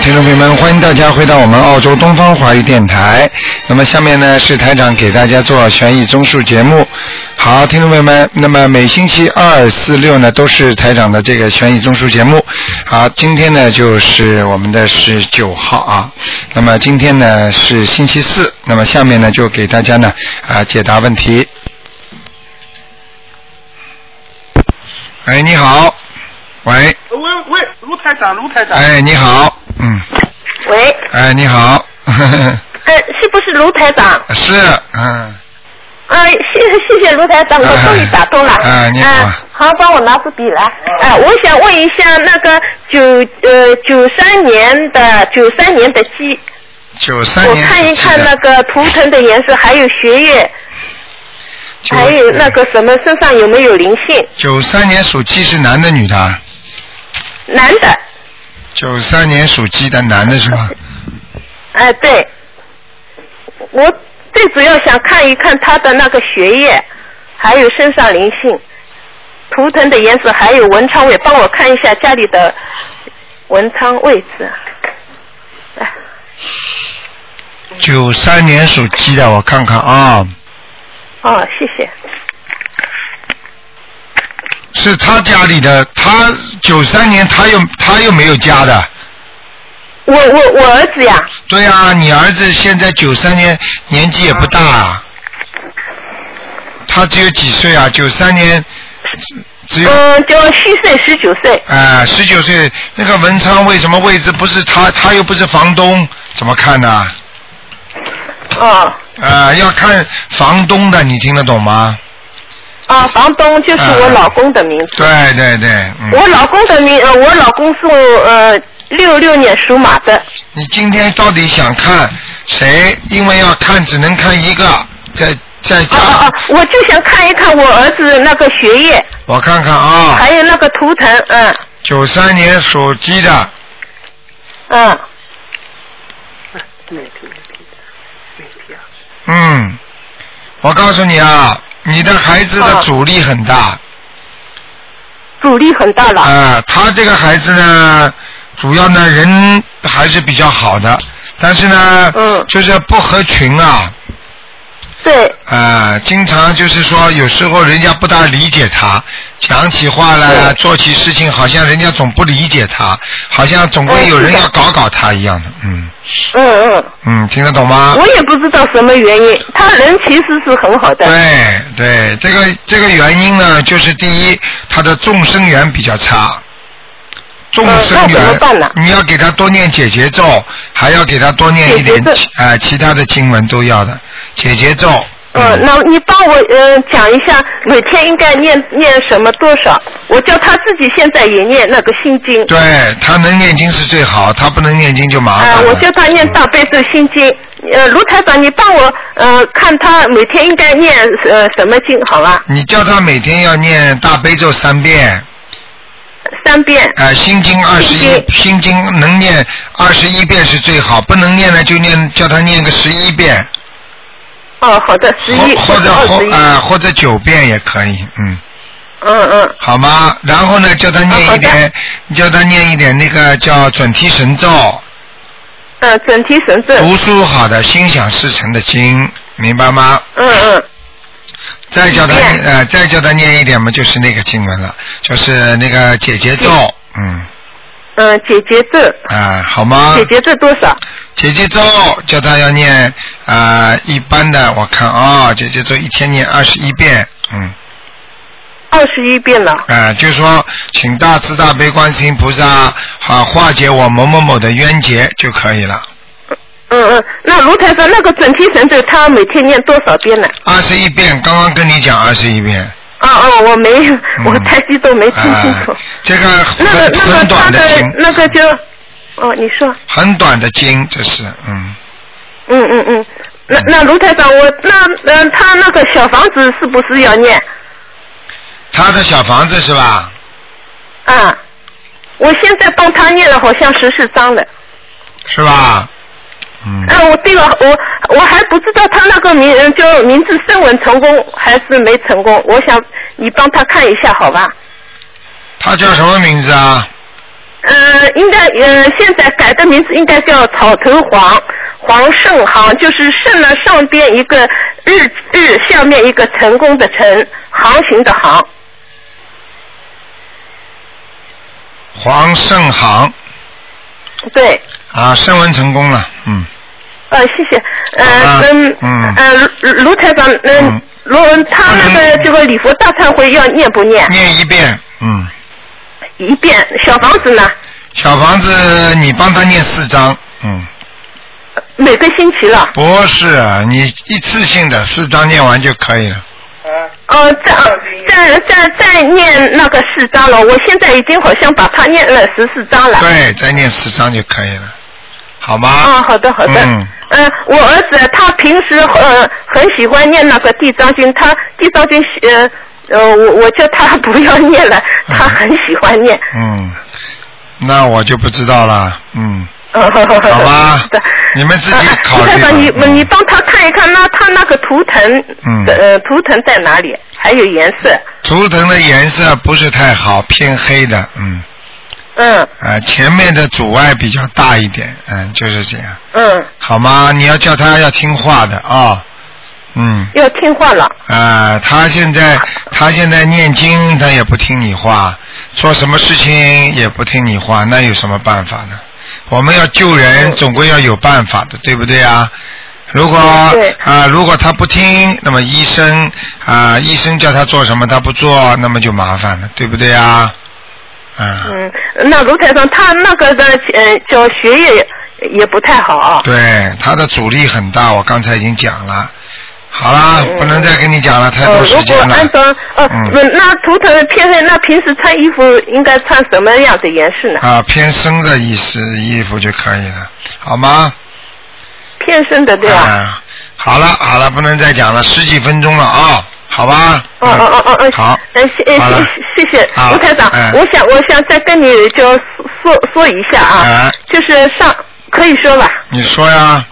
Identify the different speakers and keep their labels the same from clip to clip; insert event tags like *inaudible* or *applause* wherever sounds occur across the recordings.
Speaker 1: 听众朋友们，欢迎大家回到我们澳洲东方华语电台。那么下面呢是台长给大家做悬疑综述节目。好，听众朋友们，那么每星期二、四、六呢都是台长的这个悬疑综述节目。好，今天呢就是我们的是九号啊。那么今天呢是星期四，那么下面呢就给大家呢啊解答问题。哎，你好，喂，
Speaker 2: 喂喂，卢台长，卢台长，
Speaker 1: 哎，你好，嗯，
Speaker 3: 喂，
Speaker 1: 哎，你好， *laughs*
Speaker 3: 呃，是不是卢台长？
Speaker 1: 是，嗯，
Speaker 3: 呃，谢谢谢卢台长，我终于打通了。
Speaker 1: 哎哎你好
Speaker 3: 呃好，帮我拿出笔来。哎、我想问一下那个九呃九三年的九三年的鸡，
Speaker 1: 九三
Speaker 3: 我
Speaker 1: 年
Speaker 3: 看一
Speaker 1: 属鸡
Speaker 3: 看
Speaker 1: 的
Speaker 3: 那个图腾的颜色，还有血液，
Speaker 1: 九
Speaker 3: 还有那个什么身上有没有灵性？
Speaker 1: 九三年属鸡是男的女的啊？
Speaker 3: 男的，
Speaker 1: 九三年属鸡的男的是吧？
Speaker 3: 哎、对，我最主要想看一看他的那个血液，还有身上灵性，图腾的颜色，还有文昌位，帮我看一下家里的文昌位置。哎
Speaker 1: 九三年属鸡的，我看看啊、
Speaker 3: 哦，谢谢。
Speaker 1: 是他家里的，他九三年他又他又没有家的。
Speaker 3: 我我我儿子呀，
Speaker 1: 对啊，你儿子现在九三年，年纪也不大、啊，
Speaker 3: 嗯
Speaker 1: 他只有几岁啊？九三年，只只有
Speaker 3: 嗯，就虚岁十九岁，
Speaker 1: 啊十九岁。那个文昌为什么位置不是他？他又不是房东，怎么看呢、啊？
Speaker 3: 哦
Speaker 1: 要看房东的，你听得懂吗？
Speaker 3: 啊，房东就是我
Speaker 1: 嗯
Speaker 3: 老公的名字。
Speaker 1: 对对对，嗯，
Speaker 3: 我老公的名，呃，我老公是我呃六六年属马的。
Speaker 1: 你今天到底想看谁？因为要看只能看一个，在在家，
Speaker 3: 啊
Speaker 1: *laughs*
Speaker 3: 啊啊！我就想看一看我儿子那个学业，
Speaker 1: 我看看啊，
Speaker 3: 还有那个图腾，嗯
Speaker 1: 九三年属鸡的，
Speaker 3: 嗯，
Speaker 1: 嗯，我告诉你啊，你的孩子的
Speaker 3: 啊
Speaker 1: 阻力很大
Speaker 3: 阻力很大
Speaker 1: 啊、
Speaker 3: 了。
Speaker 1: 他这个孩子呢，主要呢人还是比较好的，但是呢，
Speaker 3: 嗯
Speaker 1: 就是不合群啊，
Speaker 3: 对，
Speaker 1: 啊、经常就是说有时候人家不大理解他，讲起话来，啊
Speaker 3: 对
Speaker 1: 做起事情好像人家总不理解他，好像总归有人
Speaker 3: 哎是的
Speaker 1: 要搞搞他一样的，嗯
Speaker 3: 嗯嗯，
Speaker 1: 嗯，听得懂吗？
Speaker 3: 我也不知道什么原因，他人其实是很好的。
Speaker 1: 对对，这个这个原因呢，就是第一，他的众生缘比较差。众生
Speaker 3: 嗯那怎
Speaker 1: 缘
Speaker 3: 么办呢，
Speaker 1: 你要给他多念解结咒，还要给他多念一点
Speaker 3: 解结咒
Speaker 1: 其呃其他的经文都要的解结咒。
Speaker 3: 嗯，那你帮我呃讲一下每天应该念念什么多少？我叫他自己现在也念那个心经，
Speaker 1: 对他能念经是最好，他不能念经就麻
Speaker 3: 啊、
Speaker 1: 烦了。
Speaker 3: 我叫他念大悲咒心经。呃，卢台长，你帮我呃看他每天应该念呃什么经好吧？
Speaker 1: 你叫他每天要念大悲咒三遍，
Speaker 3: 三遍。
Speaker 1: 呃，心经二十一，心经能念二十一遍是最好，不能念呢就念叫他念个十一遍。
Speaker 3: 哦，好的，十一
Speaker 1: 或或者
Speaker 3: 二
Speaker 1: 或
Speaker 3: 十一，
Speaker 1: 啊、或者九遍也可以，嗯，
Speaker 3: 嗯嗯，
Speaker 1: 好吗？然后呢，叫他
Speaker 3: 啊
Speaker 1: 念
Speaker 3: 好
Speaker 1: 一
Speaker 3: 的
Speaker 1: 点，你叫他念一点那个叫准提神咒，
Speaker 3: 嗯，整体神咒，
Speaker 1: 读书好的心想事成的经，明白吗？
Speaker 3: 嗯嗯，
Speaker 1: 再叫他
Speaker 3: 对
Speaker 1: 呃，再叫他念一点嘛，就是那个经文了，就是那个解结咒，嗯，
Speaker 3: 嗯，姐姐咒，
Speaker 1: 啊、好吗？
Speaker 3: 姐姐咒多少？
Speaker 1: 姐姐咒叫他要念啊、一般的我看啊、姐姐咒一天念二十一遍，嗯。
Speaker 3: 二十一遍了。
Speaker 1: 啊、就说请大慈大悲观世音菩萨啊化解我某某某的冤结就可以了。
Speaker 3: 嗯嗯，那卢台长那个整体神咒，他每天念多少遍呢？
Speaker 1: 二十一遍，刚刚跟你讲二十一遍。
Speaker 3: 啊啊，我没，
Speaker 1: 嗯
Speaker 3: 我太激动没听清楚
Speaker 1: 啊。这个很、
Speaker 3: *laughs* 那个那
Speaker 1: 很
Speaker 3: 个他
Speaker 1: 短的经
Speaker 3: 的，那个就，哦，你说，
Speaker 1: 很短的经，这是嗯，
Speaker 3: 嗯嗯嗯，那那卢台长，我那嗯、他那个小房子是不是要念？
Speaker 1: 他的小房子是吧？
Speaker 3: 啊，我现在帮他念了好像十四章了。
Speaker 1: 是吧？嗯，
Speaker 3: 嗯，我对了，我我还不知道他那个名嗯就名字声纹成功还是没成功，我想你帮他看一下好吧？
Speaker 1: 他叫什么名字啊？
Speaker 3: 呃，应该呃，现在改的名字应该叫草头黄，黄胜行，就是胜呢上边一个日日，下面一个成功的成，航行的航。
Speaker 1: 黄胜行
Speaker 3: 对，
Speaker 1: 啊，升温成功了，嗯，
Speaker 3: 呃，谢谢，呃
Speaker 1: 好，吧
Speaker 3: 嗯，
Speaker 1: 嗯
Speaker 3: 呃，卢卢台长，
Speaker 1: 嗯
Speaker 3: 嗯，卢他那个这个礼佛大忏悔要念不念？
Speaker 1: 念一遍，嗯，
Speaker 3: 一遍，小房子呢？
Speaker 1: 小房子你帮他念四张，嗯，
Speaker 3: 每个星期了。
Speaker 1: 不是啊，你一次性的四张念完就可以了，
Speaker 3: 哦，再再再再念那个四章了，我现在已经好像把它念了十四章了。
Speaker 1: 对，再念四张就可以了，好吗？
Speaker 3: 啊，好的好的。
Speaker 1: 嗯。
Speaker 3: 呃，我儿子他平时呃很喜欢念那个地藏经，他地藏经喜呃呃我我叫他不要念了，
Speaker 1: 嗯
Speaker 3: 他很喜欢念。
Speaker 1: 嗯，那我就不知道了，嗯，
Speaker 3: 嗯，好
Speaker 1: 好吧
Speaker 3: 的。
Speaker 1: 你们自己
Speaker 3: 呃
Speaker 1: 考虑
Speaker 3: 卢台长，你
Speaker 1: 吧嗯
Speaker 3: 你帮他看一看，那他那个图腾，
Speaker 1: 嗯
Speaker 3: 呃，图腾在哪里？还有颜色，
Speaker 1: 图腾的颜色不是太好，偏黑的，嗯，
Speaker 3: 嗯
Speaker 1: 啊，前面的阻碍比较大一点，嗯，就是这样，
Speaker 3: 嗯，
Speaker 1: 好吗？你要叫他要听话的啊、嗯，
Speaker 3: 要听话了。
Speaker 1: 啊，他现在他现在念经，他也不听你话，做什么事情也不听你话，那有什么办法呢？我们要救人，总归要有办法的，对不对啊？如果啊、
Speaker 3: 对
Speaker 1: 如果他不听，那么医生啊、医生叫他做什么他不做，那么就麻烦了，对不对啊？啊，
Speaker 3: 嗯，那卢台长他那个的呃，叫学业也不太好啊。
Speaker 1: 对，他的阻力很大，我刚才已经讲了。好啦，
Speaker 3: 嗯
Speaker 1: 不能再跟你讲了，太
Speaker 3: 呃
Speaker 1: 多，时
Speaker 3: 如果
Speaker 1: 间了。
Speaker 3: 按照呃，
Speaker 1: 嗯
Speaker 3: 不那图腾偏黑，那平时穿衣服应该穿什么样的颜色呢？
Speaker 1: 啊，偏深的意思衣服就可以了，好吗？
Speaker 3: 偏深的对吧？
Speaker 1: 啊好了好了，不能再讲了，十几分钟了啊、好吧？
Speaker 3: 哦哦哦哦哦，
Speaker 1: 嗯好，
Speaker 3: 呃，谢
Speaker 1: 好了
Speaker 3: 呃谢谢谢谢
Speaker 1: 好
Speaker 3: 卢台长
Speaker 1: 哎，
Speaker 3: 我想我想再跟你就说说一下啊，
Speaker 1: 哎，
Speaker 3: 就是上可以说吧？
Speaker 1: 你说呀，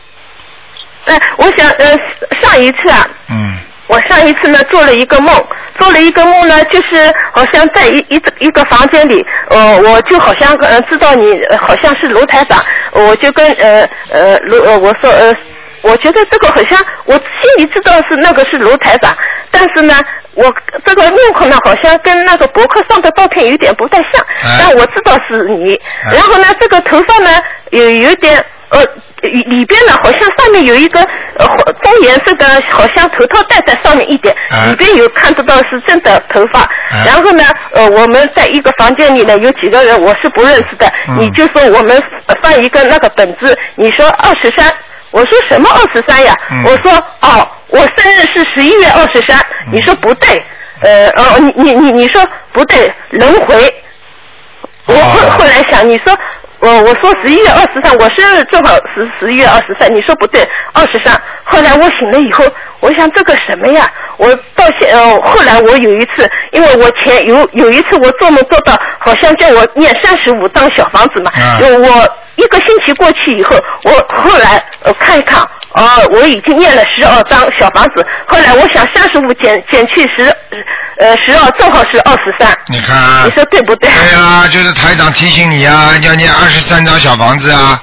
Speaker 3: 哎，我想呃上一次啊，
Speaker 1: 嗯
Speaker 3: 我上一次呢做了一个梦，做了一个梦呢，就是好像在一一一个房间里，呃，我就好像呃知道你呃好像是卢台长，我就跟呃呃卢呃我说呃，我觉得这个好像我心里知道是那个是卢台长，但是呢，我这个面孔呢好像跟那个博客上的照片有点不太像
Speaker 1: 哎，
Speaker 3: 但我知道是你
Speaker 1: 哎，
Speaker 3: 然后呢这个头上呢有有点。呃，里里边呢，好像上面有一个呃棕颜色的，好像头套戴在上面一点，
Speaker 1: 啊
Speaker 3: 里边有看得到是真的头发。
Speaker 1: 啊
Speaker 3: 然后呢，呃，我们在一个房间里呢，有几个人我是不认识的，
Speaker 1: 嗯
Speaker 3: 你就说我们呃放一个那个本子，你说二十三，我说什么二十三呀？
Speaker 1: 嗯
Speaker 3: 我说哦，我生日是十一月二十三，
Speaker 1: 嗯
Speaker 3: 你说不对，呃哦，你你你你说不对，轮回。我后
Speaker 1: 哦
Speaker 3: 后来想，你说我我说十一月二十三，我生日正好十十一月二十三，你说不对，二十三。后来我醒了以后，我想这个什么呀？我到现呃，后来我有一次，因为我前有有一次我做梦做到，好像叫我念三十五张小房子嘛，
Speaker 1: 嗯
Speaker 3: 呃我一个星期过去以后，我后来呃看一看，哦、我已经念了十二张小房子，后来我想三十五减减去十，呃十二正好是二十三，
Speaker 1: 你看啊
Speaker 3: 你，说对不对？
Speaker 1: 对啊，就是台长提醒你啊，要念二十三张小房子啊，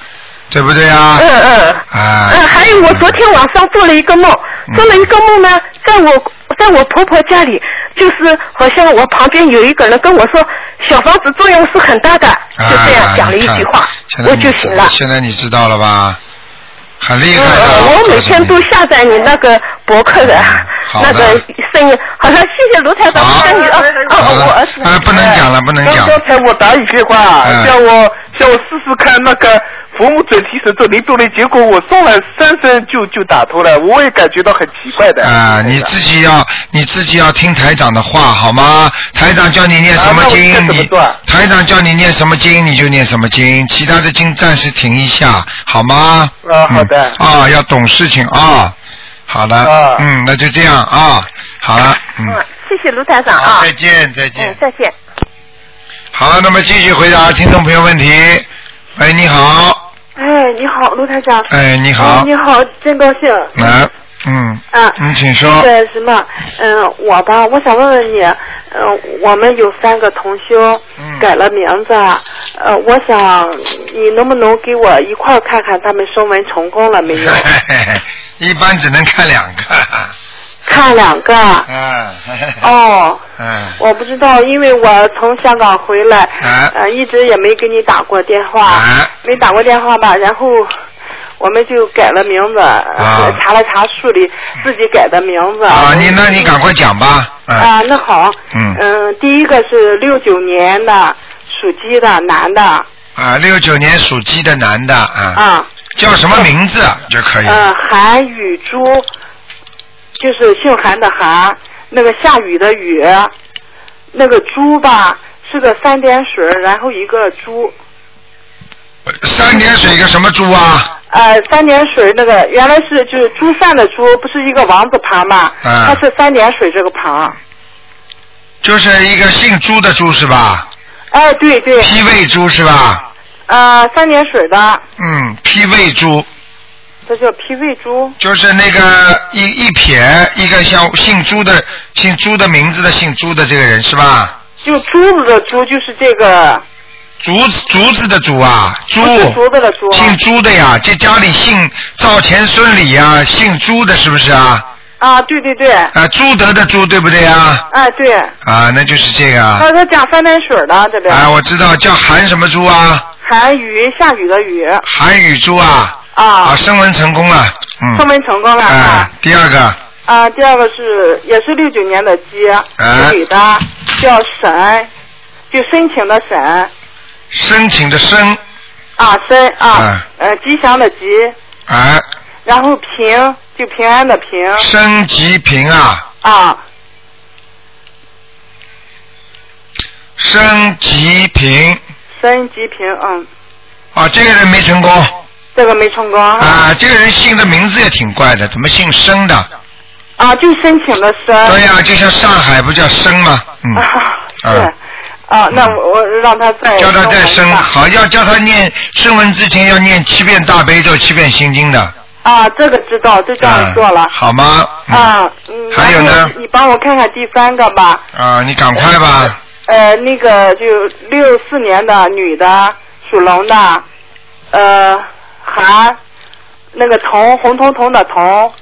Speaker 1: 对不对啊？
Speaker 3: 嗯嗯。
Speaker 1: 啊，
Speaker 3: 嗯，还有我昨天晚上做了一个梦
Speaker 1: 嗯，
Speaker 3: 做了一个梦呢，在我在我婆婆家里，就是好像我旁边有一个人跟我说，小房子作用是很大的，就这样讲了一句话
Speaker 1: 哎啊你看现，在
Speaker 3: 我
Speaker 1: 你
Speaker 3: 就醒了。
Speaker 1: 现在你知道了吧？很厉
Speaker 3: 嗯，
Speaker 1: 害的，啊
Speaker 3: 嗯我每
Speaker 1: 告诉
Speaker 3: 天
Speaker 1: 你嗯
Speaker 3: 都下载你那个博客的
Speaker 1: 好的
Speaker 3: *laughs* 那个声音，好了，谢谢卢台长，
Speaker 1: 好
Speaker 3: 谢
Speaker 2: 哎
Speaker 3: 谢你啊，哦
Speaker 1: 好
Speaker 3: 哦，我儿
Speaker 1: 了
Speaker 3: 子，，
Speaker 1: 啊，不能讲了，不能讲
Speaker 2: 刚。刚才我打一句话，
Speaker 1: 嗯
Speaker 2: 叫我叫我试试看那个父母准提神咒灵动力，结果我送了三声就就打通了，我也感觉到很奇怪的。
Speaker 1: 啊，你自己要你自己要听台长的话好吗？台长叫你念什么
Speaker 2: 啊那
Speaker 1: 经，
Speaker 2: 我现在怎么
Speaker 1: 你
Speaker 2: 做啊
Speaker 1: 台长叫你念什么经你就念什么经，其他的经暂时停一下好吗？
Speaker 2: 啊好的
Speaker 1: 嗯啊，要懂事情啊。好的，
Speaker 2: 啊
Speaker 1: 嗯，那就这样啊，好了，嗯，
Speaker 3: 嗯，谢谢卢台长
Speaker 1: 好，
Speaker 3: 啊
Speaker 1: 再，见，再见
Speaker 3: 嗯，。再见。
Speaker 1: 好，那么继续回答听众朋友问题。喂，你好，
Speaker 4: 哎，你好，卢台长。
Speaker 1: 哎，你
Speaker 4: 你啊
Speaker 1: 好，
Speaker 3: 啊
Speaker 4: 你好，真高兴。
Speaker 1: 来，嗯，
Speaker 5: 嗯，
Speaker 1: 你请说。
Speaker 5: 对，什么？嗯、我吧，我想问问你，嗯、我们有三个同修
Speaker 1: 嗯
Speaker 5: 改了名字，呃，我想你能不能给我一块儿看看他们收文成功了没
Speaker 1: *laughs*
Speaker 5: 有？
Speaker 1: 一般只能看两
Speaker 5: *laughs*
Speaker 1: 个。
Speaker 5: 看两
Speaker 1: *laughs*
Speaker 5: 个。
Speaker 1: 嗯。
Speaker 5: 哦，
Speaker 1: 嗯。
Speaker 5: 我不知道，因为我从香港回来，
Speaker 1: 啊
Speaker 5: 呃，一直也没给你打过电话，
Speaker 1: 啊
Speaker 5: 没打过电话吧，然后。我们就改了名字，
Speaker 1: 啊嗯
Speaker 5: 查了查数里自己改的名字。
Speaker 1: 啊，你那你赶快讲吧。嗯。
Speaker 5: 啊，那好。
Speaker 1: 嗯
Speaker 5: 第一个是六九年的属鸡的男的
Speaker 1: 啊，六九年属鸡的男的啊，
Speaker 5: 啊，
Speaker 1: 叫什么名字啊就可以了？
Speaker 5: 呃，韩雨珠，就是姓韩的韩，那个下雨的雨，那个珠吧是个三点水，然后一个珠，
Speaker 1: 三点水一个什么猪啊？
Speaker 5: 呃，三点水那个原来是就是珠算的珠，不是一个王字旁嘛，
Speaker 1: 啊
Speaker 5: 它是三点水这个旁。
Speaker 1: 就是一个姓朱的朱是吧？
Speaker 5: 哎，对对，
Speaker 1: 脾胃猪是吧？
Speaker 5: 呃，三点水的，
Speaker 1: 嗯，脾胃猪
Speaker 5: 这叫脾胃珠。
Speaker 1: 就是那个一一撇一个像姓朱的姓朱的名字的姓朱的这个人是吧？
Speaker 5: 就珠子的珠就是这个，
Speaker 1: 竹子竹子的竹啊，猪
Speaker 5: 不是竹子的竹啊
Speaker 1: 姓朱的呀，这家里姓赵钱孙李呀，姓朱的是不是啊？
Speaker 5: 啊，对对对，
Speaker 1: 啊，朱德的朱对不对啊？
Speaker 5: 哎对，
Speaker 1: 啊，那就是这个啊
Speaker 5: 他。他讲三点水的这边，
Speaker 1: 啊，我知道叫韩什么朱啊，
Speaker 5: 韩雨下雨的雨
Speaker 1: 韩雨珠啊。啊，
Speaker 5: 啊，
Speaker 1: 升温成功了，嗯，
Speaker 5: 说明成功了
Speaker 1: 啊
Speaker 5: 啊，
Speaker 1: 第二个，
Speaker 5: 啊，第二个是也是六九年的鸡，
Speaker 1: 哎
Speaker 5: 是女的，叫沈，就申请的沈
Speaker 1: 申请的申，
Speaker 5: 啊申啊
Speaker 1: 哎，
Speaker 5: 呃吉祥的吉，
Speaker 1: 啊，
Speaker 5: 然后平就平安的平
Speaker 1: 申吉平啊，
Speaker 5: 啊
Speaker 1: 申吉平，
Speaker 5: 申吉平嗯，
Speaker 1: 啊，这个人没成功，
Speaker 5: 这个没成功
Speaker 1: 啊，这个人姓的名字也挺怪的，怎么姓申的？
Speaker 5: 啊，就申请的申
Speaker 1: 对呀、就像上海不叫申吗？嗯，
Speaker 5: *laughs* 啊
Speaker 1: 嗯
Speaker 5: 是。啊，那我我让他再
Speaker 1: 叫他再
Speaker 5: 生
Speaker 1: 申，
Speaker 5: 吧
Speaker 1: 好，要叫他念申文之前要念七遍大悲咒，七遍心经的，
Speaker 5: 啊，这个知道，就这样
Speaker 1: 啊，
Speaker 5: 做了。
Speaker 1: 好吗？嗯
Speaker 5: 啊，嗯，
Speaker 1: 还有呢
Speaker 5: 然后你帮我看看第三个吧，
Speaker 1: 啊，你赶快吧，
Speaker 5: 呃，那个就六四年的女的，属龙的，呃，韩，那个彤，红彤彤的彤，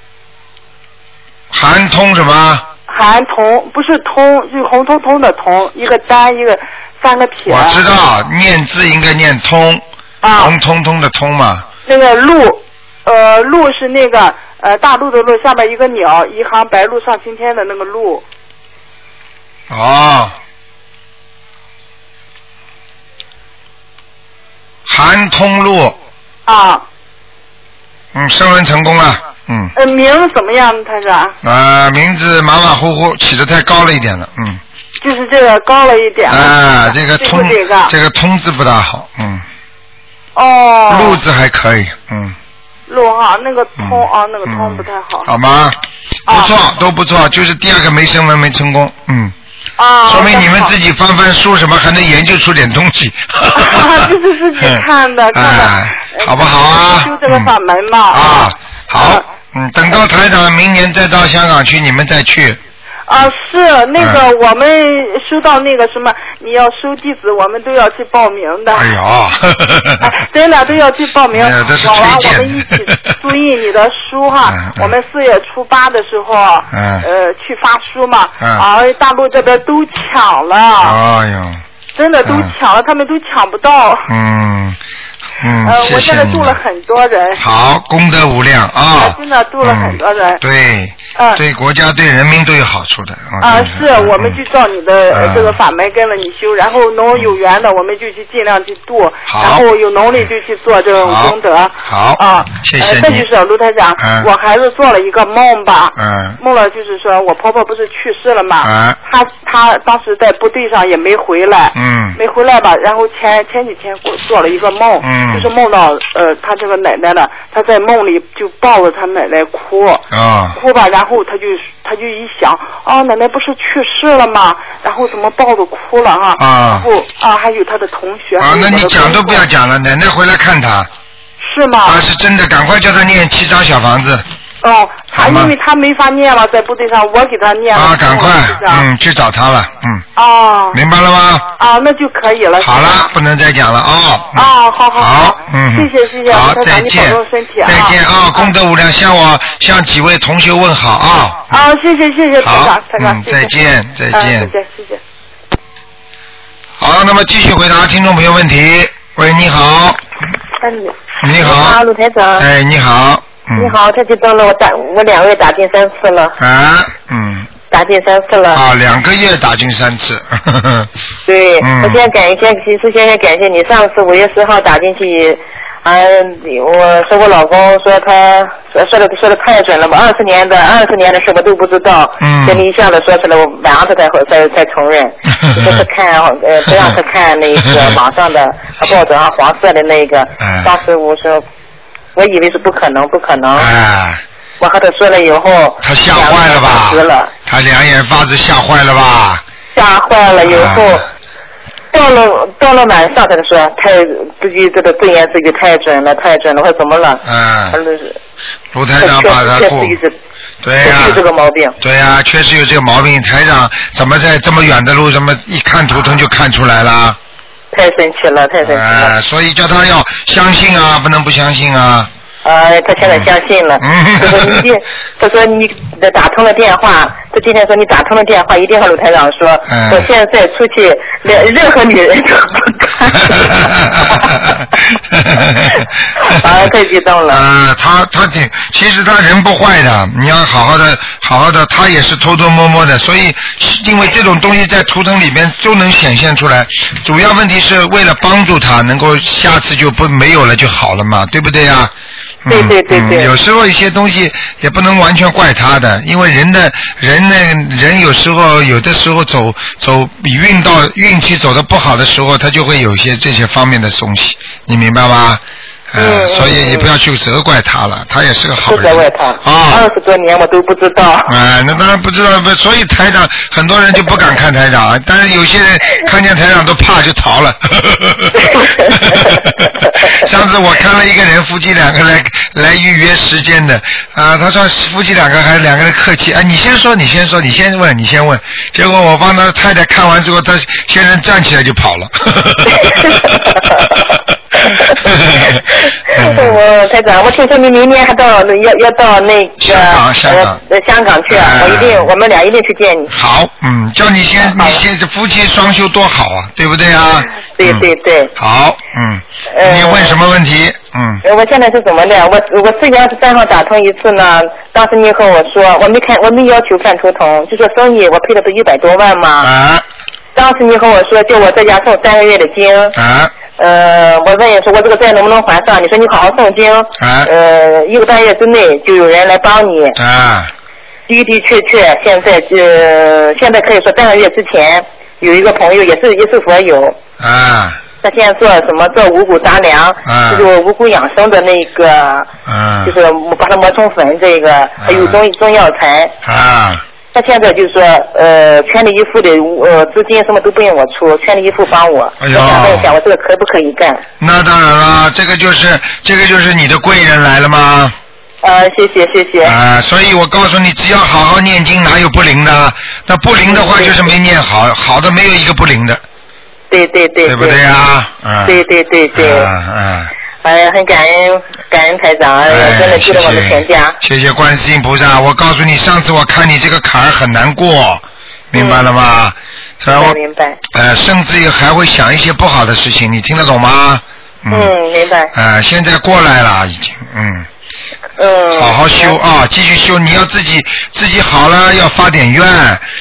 Speaker 1: 韩通什么？
Speaker 5: 韩彤，不是彤，是红彤彤的彤，一个单，一个三个撇。
Speaker 1: 我知道，念字应该念通，
Speaker 5: 啊
Speaker 1: 红，通通的通嘛。
Speaker 5: 那个鹿，呃，鹿是那个呃大陆的鹿，下边一个鸟，一行白鹭上青天的那个鹿。
Speaker 1: 哦，韩通路，
Speaker 5: 啊，
Speaker 1: 嗯，升温成功了，嗯，
Speaker 5: 呃，名字怎么样？他是？
Speaker 1: 啊，名字马马虎虎，起的太高了一点了，嗯，
Speaker 5: 就是这个高了一点。
Speaker 1: 啊，这个通
Speaker 5: 就这个，
Speaker 1: 这个通字不大好，嗯，
Speaker 5: 哦，
Speaker 1: 路字还可以，嗯，
Speaker 5: 路哈，那个
Speaker 1: 嗯
Speaker 5: 通啊，那个通
Speaker 1: 嗯
Speaker 5: 不太好
Speaker 1: 好吗？不
Speaker 5: 啊
Speaker 1: 错，都不错，就是第二个没升温没成功，嗯。
Speaker 5: 啊。
Speaker 1: 说明你们自
Speaker 5: 己。
Speaker 1: 己翻翻书什么，还能研究出点东
Speaker 5: *laughs*
Speaker 1: 西。
Speaker 5: 啊这是自己看的
Speaker 1: 嗯 *laughs*
Speaker 5: 看的
Speaker 1: 哎
Speaker 5: 呃
Speaker 1: 好不好啊？
Speaker 5: 修这个法门嘛
Speaker 1: 嗯啊
Speaker 5: 啊，
Speaker 1: 好，嗯，等到台长明年再到香港去，你们再去。
Speaker 5: 啊，是那
Speaker 1: 嗯
Speaker 5: 个我们收到那个什么，你要收弟子，我们都要去报名的。 *laughs*
Speaker 1: 哎呦，呵呵呵
Speaker 5: 哎，真的都要去报名。
Speaker 1: 哎呀这是
Speaker 5: 好
Speaker 1: 推
Speaker 5: 啊，我
Speaker 1: 荐
Speaker 5: 们一起注意你的书
Speaker 1: *laughs*
Speaker 5: 哈。
Speaker 1: 嗯嗯
Speaker 5: 我们四月初八的时候，
Speaker 1: 嗯
Speaker 5: 呃，去发书嘛。
Speaker 1: 嗯
Speaker 5: 啊，大陆这边都抢了，
Speaker 1: 哎呦，
Speaker 5: 真的都
Speaker 1: 嗯
Speaker 5: 抢了，他们都抢不到。
Speaker 1: 嗯嗯，
Speaker 5: 呃，
Speaker 1: 谢
Speaker 5: 我
Speaker 1: 谢
Speaker 5: 现在
Speaker 1: 你
Speaker 5: 度
Speaker 1: 们
Speaker 5: 了很多人。
Speaker 1: 好，功德无量啊
Speaker 5: 啊！真的度了很多人
Speaker 1: 嗯对，
Speaker 5: 嗯
Speaker 1: 对国家对人民都有好处的。
Speaker 5: 啊，
Speaker 1: 跟你
Speaker 5: 是
Speaker 1: 说嗯
Speaker 5: 我们就照你的呃
Speaker 1: 嗯
Speaker 5: 这个法门跟了你修，然后能有缘的我们就去尽量去度，
Speaker 1: 好
Speaker 5: 然后有能力就去做这种
Speaker 1: 好
Speaker 5: 功德。
Speaker 1: 嗯好
Speaker 5: 啊，
Speaker 1: 谢
Speaker 5: 呃
Speaker 1: 谢
Speaker 5: 再
Speaker 1: 你
Speaker 5: 就是卢台长
Speaker 1: 嗯，
Speaker 5: 我孩子做了一个梦吧，
Speaker 1: 嗯
Speaker 5: 梦了就是说我婆婆不是去世了
Speaker 1: 嗯
Speaker 5: 嘛，她她当时在部队上也没回来，
Speaker 1: 嗯
Speaker 5: 没回来吧，然后前前几天我做了一个梦，
Speaker 1: 嗯
Speaker 5: 就是梦到呃她这个奶奶了，她在梦里就抱着她奶奶哭，
Speaker 1: 啊
Speaker 5: 哭吧，然后他就他就一想，
Speaker 4: 哦
Speaker 5: 啊，奶奶不是去世了吗？然后怎么抱着哭了哈、
Speaker 1: 啊
Speaker 5: 然后啊，还有他的同学。还
Speaker 1: 啊
Speaker 5: 有，
Speaker 1: 那
Speaker 5: 我的
Speaker 1: 你讲都
Speaker 5: 工作
Speaker 1: 不要。讲了，奶奶回来看他。
Speaker 5: 是吗？
Speaker 1: 啊，是真的，赶快叫他念七张小房子。
Speaker 4: 哦，他
Speaker 1: 好吗
Speaker 4: 因为他没法念了，在部队上，我给他念了。
Speaker 1: 啊，赶快
Speaker 4: 是不，是啊
Speaker 1: 嗯，去找他了，嗯，
Speaker 4: 哦，
Speaker 1: 明白了吗？
Speaker 4: 啊，那就可以了。
Speaker 1: 好
Speaker 4: 是吧
Speaker 1: 了，不能再讲了哦。嗯
Speaker 4: 哦，好好
Speaker 1: 好，嗯，
Speaker 4: 谢谢谢谢，
Speaker 1: 好，
Speaker 4: 台长
Speaker 1: 再
Speaker 4: 你
Speaker 1: 见
Speaker 4: 保重身体，啊，
Speaker 1: 再见啊，功德无量，向我向几位同学问好
Speaker 5: 嗯
Speaker 1: 啊，
Speaker 4: 啊，谢谢谢谢台
Speaker 1: 好
Speaker 4: 长，台，长
Speaker 1: 嗯，，再
Speaker 4: 谢谢，
Speaker 1: 见，再
Speaker 4: 啊
Speaker 1: 见
Speaker 4: 再，见谢谢。
Speaker 1: 好，那么继续回答听众朋友问题。喂，你好，
Speaker 3: 嗯，
Speaker 1: 你
Speaker 3: 啊，
Speaker 1: 好，
Speaker 3: 鲁台长，
Speaker 1: 哎，你好，嗯，
Speaker 3: 你，好，太激动了，我打我两位打进三次了，
Speaker 1: 啊，嗯，
Speaker 3: 打进三次了。
Speaker 1: 啊，两个月打进三次， *laughs* 呵呵呵
Speaker 3: 对，
Speaker 1: 嗯
Speaker 3: 我现在感谢，其实现在感谢你。上次五月十号打进去，嗯，我说我老公说他说说的说的太准了，我二十年的二十年的事我都不知道，
Speaker 1: 嗯，
Speaker 3: 这么一下子说出来，我晚上他才才才承认
Speaker 1: *laughs*
Speaker 3: 就是看呃不让他看那个网上的报纸上黄色的那个
Speaker 1: 哎，
Speaker 3: 当时我说我以为是不可能不可能，
Speaker 1: 哎，
Speaker 3: 我和他说了以后，
Speaker 1: 他吓坏了吧
Speaker 3: 两个人打直了？
Speaker 1: 他两眼发直吓坏了吧？
Speaker 3: 吓坏了以后。
Speaker 1: 啊
Speaker 3: 到了到了晚上，他就说太自己这个自言自语太准了，太准了，我说怎么了？他
Speaker 1: 嗯，
Speaker 3: 说
Speaker 1: 卢
Speaker 3: 他
Speaker 1: 台长
Speaker 3: 确
Speaker 1: 把他
Speaker 3: 实确
Speaker 1: 顾
Speaker 3: 实一，直
Speaker 1: 对呀、
Speaker 3: 我就这个毛病。
Speaker 1: 对呀、确实有这个毛病。台长怎么在这么远的路，怎么一看图腾就看出来了？
Speaker 3: 太神奇了，太神奇了！
Speaker 1: 哎，所以叫他要相信啊，不能不相信啊。
Speaker 3: 呃，他现在相信了。
Speaker 1: 嗯
Speaker 3: 他说你今，他说你打通了电话，他今天说你打通了电话，一定和鲁台长说，
Speaker 1: 嗯
Speaker 3: 我现在出去，任任何女人 *laughs* 都不
Speaker 1: *laughs*
Speaker 3: 看。啊，太激动了。
Speaker 1: 啊、他他挺，其实他人不坏的，你要好好的，好好的，他也是偷偷摸摸的，所以因为这种东西在图腾里面就能显现出来。主要问题是为了帮助他，能够下次就不没有了就好了嘛，对不对呀、嗯
Speaker 3: 对对对
Speaker 1: 嗯，
Speaker 3: 对
Speaker 1: 有时候一些东西也不能完全怪他的，因为人的人呢，人有时候有的时候走走运到运气走的不好的时候，他就会有一些这些方面的东西，你明白吗？呃
Speaker 3: 嗯嗯
Speaker 1: 所以你不要去责怪他了，他也是个好
Speaker 3: 不
Speaker 1: 人。
Speaker 3: 责怪他，
Speaker 1: 啊
Speaker 3: 二。十多年我都不知道。
Speaker 1: 哎，那当然不知道，不，所以台长很多人就不敢看台长，但是有些人看见台长都怕就逃了。 *laughs* 上次我看了一个人，夫妻两个来来预约时间的，啊，他说夫妻两个还两个人客气，啊，你先说，你先说，你先问，你先问，结果我帮他太太看完之后，他先生站起来就跑
Speaker 3: *laughs*
Speaker 1: 了。 *laughs* 嗯
Speaker 3: 我台长，我听说你明年还到要要到那个
Speaker 1: 香港香港
Speaker 3: 呃香港去啊
Speaker 1: 哎，
Speaker 3: 我一定我们俩一定去见你。
Speaker 1: 好，嗯，叫你先，你
Speaker 3: 好
Speaker 1: 先夫妻双修多好啊，对不对啊？
Speaker 3: 对
Speaker 1: 嗯
Speaker 3: 对对，
Speaker 1: 好，嗯，
Speaker 3: 呃
Speaker 1: 你问什么问题？嗯，
Speaker 3: 呃我现在是怎么的？我我四月二十三号打通一次呢，当时你和我说我没看我没要求看图腾，就说生意我赔了不一百多万嘛。
Speaker 1: 啊
Speaker 3: 当时你和我说就我在家诵三个月的经，
Speaker 1: 啊
Speaker 3: 呃，我问你说我这个债能不能还上？你说你好好诵经，
Speaker 1: 啊
Speaker 3: 呃，一个半月之内就有人来帮你。
Speaker 1: 啊
Speaker 3: 的的确确，现在呃，现在可以说半个月之前，有一个朋友也是也是佛友，
Speaker 1: 啊
Speaker 3: 他现在做什么做五谷杂粮，
Speaker 1: 嗯
Speaker 3: 就是五谷养生的那个，
Speaker 1: 啊
Speaker 3: 就是把它磨成粉这个，还有中中药材。
Speaker 1: 啊
Speaker 3: 他现在就是说，呃，圈里一副的呃资金什么都不用我出，圈里一副帮我。
Speaker 1: 哎呦
Speaker 3: 我想问一下，我这个可不可以干？
Speaker 1: 那当然了，这个就是这个就是你的贵人来了吗？
Speaker 3: 呃，谢谢谢谢。
Speaker 1: 啊，所以我告诉你，只要好好念经，哪有不灵的？那不灵的
Speaker 3: 嗯
Speaker 1: 话，就是没念好，好的没有一个不灵的，
Speaker 3: 对对对
Speaker 1: 对不对啊？嗯，
Speaker 3: 对对对对。
Speaker 1: 嗯嗯。
Speaker 3: 哎呀，很感恩感恩台长，哎呀
Speaker 1: 哎，
Speaker 3: 真的救了我们全家。
Speaker 1: 谢谢。谢谢观世音菩萨，我告诉你，上次我看你这个坎儿很难过，明白了吗？虽然
Speaker 3: 明白
Speaker 1: 我
Speaker 3: 嗯明白。
Speaker 1: 呃，甚至于还会想一些不好的事情，你听得懂吗？嗯。
Speaker 3: 嗯，明白。
Speaker 1: 呃，现在过来了，已经，嗯，
Speaker 3: 嗯。
Speaker 1: 好好修啊，继续修。你要自己自己好了，要发点愿，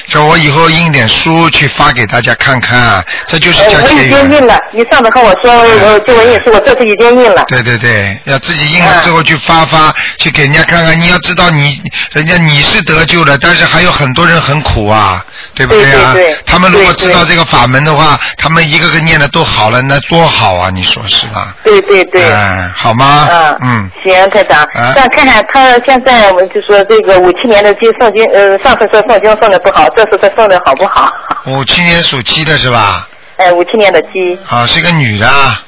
Speaker 1: 这我以后印点书去发给大家看看，这就是
Speaker 3: 呃。
Speaker 1: 叫
Speaker 3: 我
Speaker 1: 结
Speaker 3: 已经
Speaker 1: 缘。
Speaker 3: 印了，你上次和我说，我
Speaker 1: 嗯
Speaker 3: 就我印是我这次已经印了。
Speaker 1: 对对对，要自己印
Speaker 3: 哎
Speaker 1: 了之后去发发，去给人家看看。你要知道你，人家你是得救了，但是还有很多人很苦啊，对不啊？
Speaker 3: 对对对
Speaker 1: 他们如果
Speaker 3: 对
Speaker 1: 知
Speaker 3: 对
Speaker 1: 道这个法门的话，他们一个个念的都好了，那多好啊！你说是吧？
Speaker 3: 对对对。
Speaker 1: 哎，好吗？
Speaker 3: 嗯
Speaker 1: 嗯，
Speaker 3: 行，台长
Speaker 1: 嗯，
Speaker 3: 再看看他现在，我就说这个五七年的经诵经，呃，上次说诵经诵的不好，这次说诵的好不好？ *laughs*
Speaker 1: 五七年属鸡的是吧？
Speaker 3: 哎，五七年的鸡，
Speaker 1: 啊，是个女的啊，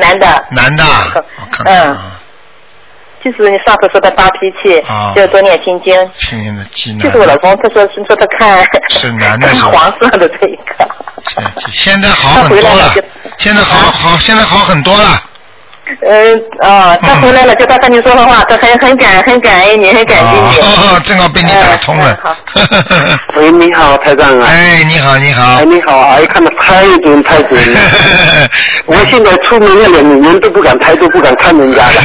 Speaker 3: 男的，
Speaker 1: 男的啊，我看看啊，
Speaker 3: 就是你上次说的发脾气，
Speaker 1: 啊
Speaker 3: 就多念心经。
Speaker 1: 去年的鸡
Speaker 3: 就
Speaker 1: 男
Speaker 3: 是我老公，他说说他看
Speaker 1: 是男的
Speaker 3: *laughs* 看
Speaker 1: 是吧
Speaker 3: 黄色的这一个，
Speaker 1: 哎现在好很多了，现在好好，现在好很多了。
Speaker 3: 嗯啊，他回来了就他跟你说的话，
Speaker 1: *laughs*
Speaker 3: 他很很感很感恩你，很感激你。
Speaker 1: 哦，正好被你打通了。
Speaker 6: 喂，你好，台长啊！
Speaker 1: *laughs* 哎，你好，你好。
Speaker 6: 哎，你好，哎，看的太准太准了。
Speaker 1: 哎 *laughs*
Speaker 6: 我现在出门要连人都不敢拍，都不敢看人家了。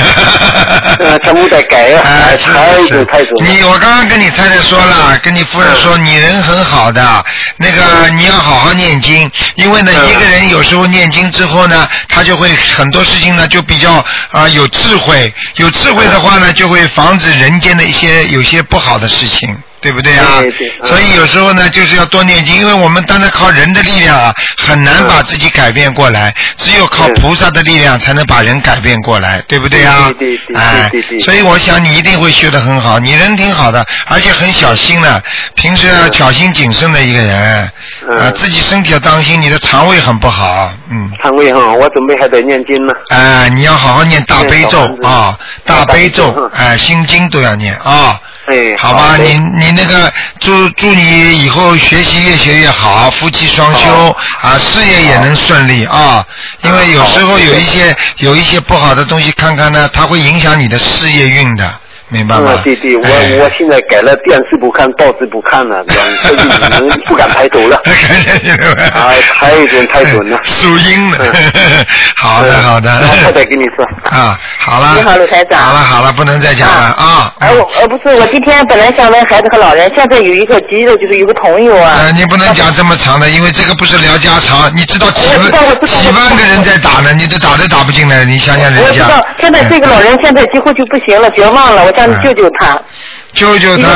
Speaker 1: *laughs*
Speaker 6: 呃，全部在改啊，哎太准太准了。
Speaker 1: 你我刚刚跟你太太说了，跟你夫人说，你人很好的，那
Speaker 6: 嗯
Speaker 1: 个你要好好念经，因为呢，一个人有时候念经之后呢，他就会很多事情呢就比较啊、有智慧，有智慧的话
Speaker 6: 嗯
Speaker 1: 呢，就会防止人间的一些有些不好的事情。对不对啊？
Speaker 6: 对对嗯
Speaker 1: 所以有时候呢，就是要多念经，因为我们单单靠人的力量啊，很难把自己改变过来，只有靠
Speaker 6: 嗯
Speaker 1: 菩萨的力量才能把人改变过来，对不对啊？
Speaker 6: 对对对对
Speaker 1: 哎
Speaker 6: 对对
Speaker 1: 所以我想你一定会修得很好，你人挺好的，而且很小心的，平时要小心谨慎的一个人，
Speaker 6: 嗯
Speaker 1: 啊，自己身体要当心，你的肠胃很不好，嗯。
Speaker 6: 肠胃哈，我准备还得念经呢。
Speaker 1: 哎、你要好好念大悲咒
Speaker 6: 念小房子嗯
Speaker 1: 啊、大悲咒
Speaker 6: 大悲咒，
Speaker 1: 哎、心经都要念啊、
Speaker 6: 哎，
Speaker 1: 好吧，
Speaker 6: 的
Speaker 1: 你你那个祝祝你以后学习越学越好，啊夫妻双修啊，事业也能顺利啊。因为有时候有一些有一些不好的东西，看看呢，它会影响你的事业运的，明白吗
Speaker 6: 嗯，？对对，我
Speaker 1: 哎。
Speaker 6: 我现在改了电视不看，报纸不看了，这样最近人不敢抬头了
Speaker 1: *laughs* 哎
Speaker 6: 哎太准太准了
Speaker 1: 属阴的
Speaker 6: 嗯。
Speaker 1: *laughs* 好的，
Speaker 6: 嗯
Speaker 1: 好的。
Speaker 6: 那我再跟你
Speaker 1: *laughs*
Speaker 6: 说。
Speaker 1: 啊，好了。
Speaker 3: 你好，鲁台长。
Speaker 1: 好了，好了，不能再讲了啊。
Speaker 3: 哎，我呃不是，我今天本来想问孩子和老人，现在有一个急的，就是有个朋友啊，
Speaker 1: 呃，你不能讲这么长的，因为这个不是聊家常。你知道几
Speaker 3: 我知道我
Speaker 1: 万
Speaker 3: 知道
Speaker 1: 几万个人在打呢，你都打都打不进来，哎你想想
Speaker 3: 我
Speaker 1: 人
Speaker 3: 知
Speaker 1: 家。
Speaker 3: 道现在这个老人现在几乎就不行了，绝望了，我想你
Speaker 1: 哎
Speaker 3: 救救他。
Speaker 1: 救救他！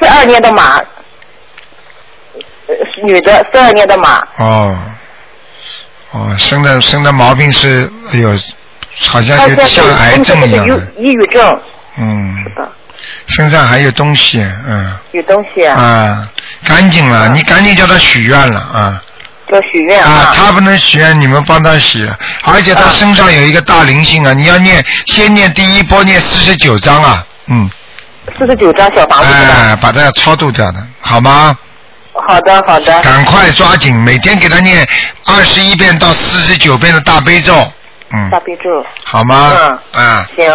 Speaker 3: 四二年的马，呃是女的，四二年的马，
Speaker 1: 哦，哦，生的生的毛病是，哎呦，好像
Speaker 3: 她现
Speaker 1: 有
Speaker 3: 在
Speaker 1: 像癌症一样
Speaker 3: 有
Speaker 1: 的，
Speaker 3: 抑郁症，
Speaker 1: 嗯，
Speaker 3: 的
Speaker 1: 身上还有东西，嗯，
Speaker 3: 有东西啊，
Speaker 1: 啊，赶紧了，你赶紧叫他许愿了啊！
Speaker 3: 要许愿
Speaker 1: 啊，他不能许愿，你们帮他许，而且他身上有一个大灵性啊，你要念，先念第一波念四十九章啊，嗯。
Speaker 3: 四十九张小房子是吧？
Speaker 1: 哎，把它要超度掉的，好吗？
Speaker 3: 好的，好的，
Speaker 1: 赶快抓紧，每天给他念二十一遍到四十九遍的大悲咒，嗯
Speaker 3: 大，悲咒，
Speaker 1: 好吗？啊
Speaker 3: 行。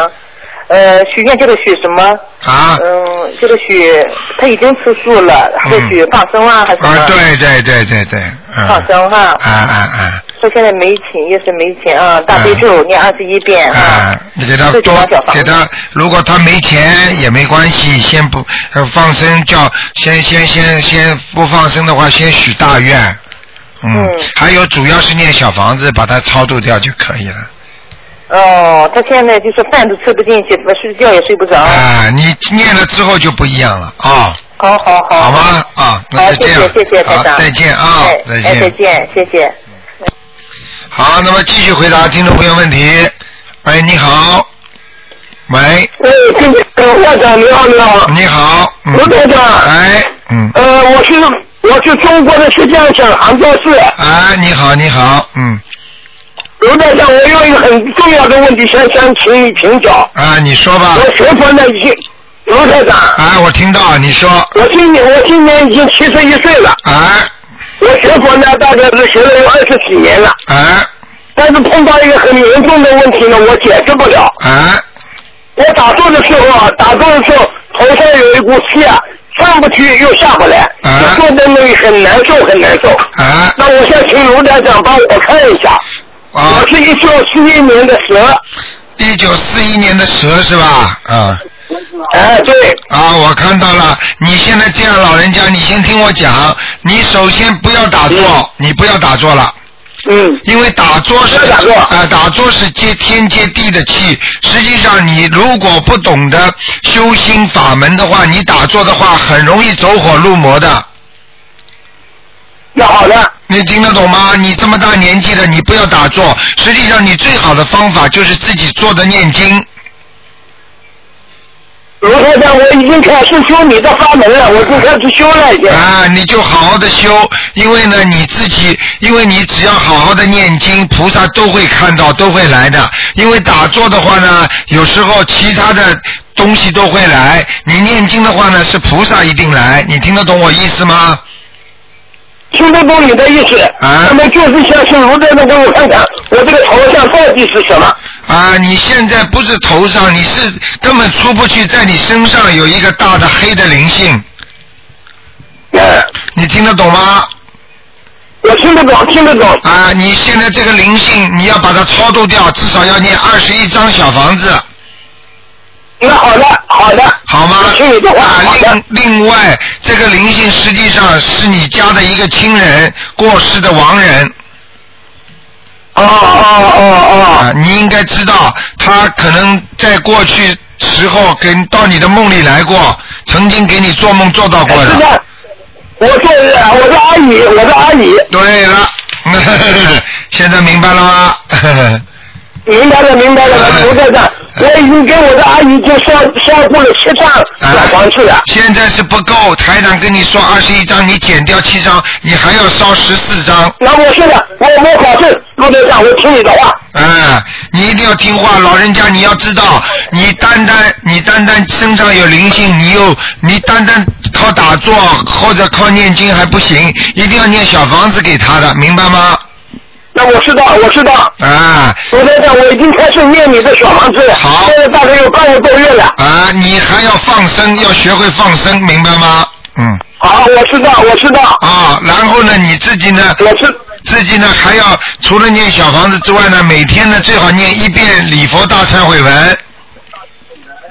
Speaker 3: 呃，许愿就是许什么？
Speaker 1: 啊
Speaker 3: 嗯，就是许他已经吃素了，会许放生啊，还是什么？
Speaker 1: 嗯啊！对对对对对，嗯，
Speaker 3: 放
Speaker 1: 啊
Speaker 3: 生哈。
Speaker 1: 啊
Speaker 3: 说现在没钱，也是没钱啊。大悲咒念二十一遍
Speaker 1: 啊
Speaker 3: 啊
Speaker 1: 啊。！你给他
Speaker 3: 自己
Speaker 1: 多
Speaker 3: 拿小房
Speaker 1: 给
Speaker 3: 子
Speaker 1: 他，如果他没钱也没关系，先不呃放生叫先先先先不放生的话，先许大愿，嗯
Speaker 3: 嗯，
Speaker 1: 还有主要是念小房子把它超度掉就可以了。啊
Speaker 3: 哦，他现在就是饭都吃不进去，睡觉也睡不着。
Speaker 1: 啊，你念了之后就不一样了啊，
Speaker 3: 好好好。
Speaker 1: 好？吗？啊，那
Speaker 3: 好，
Speaker 1: 就
Speaker 3: 谢
Speaker 1: 这样，
Speaker 3: 谢谢谢台
Speaker 1: 好，
Speaker 3: 长。
Speaker 1: 再见啊
Speaker 3: 哎，
Speaker 1: 再
Speaker 3: 哎，再
Speaker 1: 见。
Speaker 3: 见，谢谢。
Speaker 1: 好，那么继续回答听众朋友问题。喂，你好，喂，
Speaker 6: 哎，听听，院长你好，你好，
Speaker 1: 你好，嗯，
Speaker 6: 卢台长，
Speaker 1: 哎，嗯，
Speaker 6: 呃，我是我是中国的浙江省杭州市，
Speaker 1: 哎，你好，你好，嗯，
Speaker 6: 卢台长，我有一个很重要的问题想想请你请教。
Speaker 1: 啊，你说吧
Speaker 6: 我，学佛呢已经，卢台长，
Speaker 1: 哎，我听到你说，
Speaker 6: 我今年我今年已经七十一岁了，
Speaker 1: 哎，
Speaker 6: 我学佛呢大概是学了有二十几年了，
Speaker 1: 哎，
Speaker 6: 但是碰到一个很严重的问题呢，我解释不了。
Speaker 1: 哎，
Speaker 6: 我打坐的时候啊，打坐的时候头上有一股气啊，上不去又下不来，
Speaker 1: 啊
Speaker 6: 就坐在那里很难受，很难受。
Speaker 1: 哎，
Speaker 6: 那我想请卢台长帮我看一下，
Speaker 1: 啊
Speaker 6: 我，是一九四一年的蛇，
Speaker 1: 一九四一年的蛇是吧？啊。
Speaker 6: 哎，对，
Speaker 1: 啊，我看到了。你现在这样，老人家，你先听我讲。你首先不要打坐，你不要打坐了，
Speaker 6: *laughs* 嗯，
Speaker 1: 因为打坐是
Speaker 6: 不要打坐
Speaker 1: 啊、打坐是接天接地的气。实际上，你如果不懂得修心法门的话，你打坐的话，很容易走火入魔的。
Speaker 6: 那好了，
Speaker 1: 你听得懂吗？你这么大年纪了，你不要打坐。实际上，你最好的方法就是自己坐着念经。
Speaker 3: 卢台长，我已经开始修你的法门了，我就开始修了已经。
Speaker 1: 啊，你就好好的修，因为呢你自己，因为你只要好好的念经，菩萨都会看到，都会来的。因为打坐的话呢，有时候其他的东西都会来，你念经的话呢，是菩萨一定来。你听得懂我意思吗？
Speaker 3: 听得懂你的意思。
Speaker 1: 啊
Speaker 3: 那么就是想请卢台长给我看看，我这个头像到底是什么？
Speaker 1: 啊，你现在不是头上，你是根本出不去，在你身上有一个大的黑的灵性。你听得懂吗？
Speaker 3: 我听得懂，听得懂。
Speaker 1: 啊，你现在这个灵性，你要把它超度掉，至少要念二十一张小房子。
Speaker 3: 那好的，好的，
Speaker 1: 好吗？
Speaker 3: 听你的话
Speaker 1: 啊
Speaker 3: 好，的
Speaker 1: 另另外，这个灵性实际上是你家的一个亲人，过世的亡人。
Speaker 3: 哦哦哦
Speaker 1: 啊，你应该知道，他可能在过去时候跟到你的梦里来过，曾经给你做梦做到过
Speaker 3: 哦，是
Speaker 1: 的。
Speaker 3: 的，我是我是阿姨，我是阿姨，
Speaker 1: 对了，现在明白了吗？
Speaker 3: 明白了，明白了，
Speaker 1: 哎
Speaker 3: 卢台长，我已经跟我的阿姨就烧烧过了七张
Speaker 1: 哎
Speaker 3: 小房子了。
Speaker 1: 现在是不够，台长跟你说二十一张，你减掉七张，你还要烧十四张。
Speaker 3: 那我现在我我保证，卢台长，我听你的话。
Speaker 1: 哎，你一定要听话，老人家你要知道，你单单你单单身上有灵性，你又你单单靠打坐或者靠念经还不行，一定要念小房子给他的，明白吗？
Speaker 3: 那我知道，我知道，
Speaker 1: 啊
Speaker 3: 卢台长，我已经开始念你的小房子了。
Speaker 1: 好
Speaker 3: 现在大概有半个多月了。
Speaker 1: 啊，你还要放生，要学会放生，明白吗？嗯。
Speaker 3: 好，我知道，我知道，
Speaker 1: 啊，然后呢，你自己呢，
Speaker 3: 我知。
Speaker 1: 自己呢还要除了念小房子之外呢，每天呢最好念一遍礼佛大忏悔文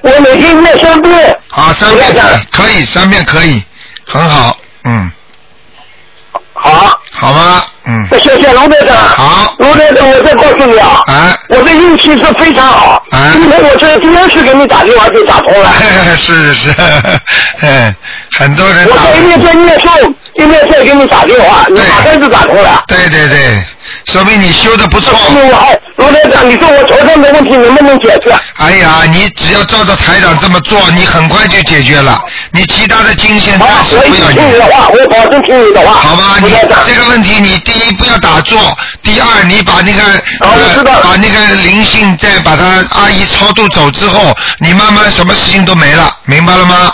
Speaker 3: 我每天念三遍。
Speaker 1: 啊，三
Speaker 3: 我在这
Speaker 1: 遍
Speaker 3: 儿
Speaker 1: 可以，三遍可以，很好，嗯。
Speaker 3: 好，
Speaker 1: 好吗？嗯，
Speaker 3: 那谢谢卢队长。
Speaker 1: 好
Speaker 3: 卢队长，我再告诉你啊，
Speaker 1: 啊， *laughs*
Speaker 3: 我的运气是非常好。
Speaker 1: 啊
Speaker 3: 今天我这第二次给你打电话就打通了。
Speaker 1: 哎是是是， *laughs* 嗯，很多人
Speaker 3: 我
Speaker 1: 打
Speaker 3: 在，一面在念诵，一面在给你打电话，你
Speaker 1: 对
Speaker 3: 马上就打通了。
Speaker 1: 对对对，说明你修的不错。
Speaker 3: 因为我还卢队长，你说我头上的问题能不能解决？
Speaker 1: 哎呀，你只要照着台长这么做，你很快就解决了。你其他的经线
Speaker 3: 好
Speaker 1: 暂，时
Speaker 3: 啊我
Speaker 1: 不
Speaker 3: 一
Speaker 1: 要
Speaker 3: 定听你的
Speaker 1: 念，
Speaker 3: 话，我保证听你的话。
Speaker 1: 哎好吧？
Speaker 3: 卢
Speaker 1: 你
Speaker 3: 队长，
Speaker 1: 这个问题，你第一不要打坐，第二你把那个、
Speaker 3: 好啊我
Speaker 1: 呃
Speaker 3: 知道了
Speaker 1: 把那个灵性再把它阿姨超度走之后，你慢慢什么事情都没了，明白了吗？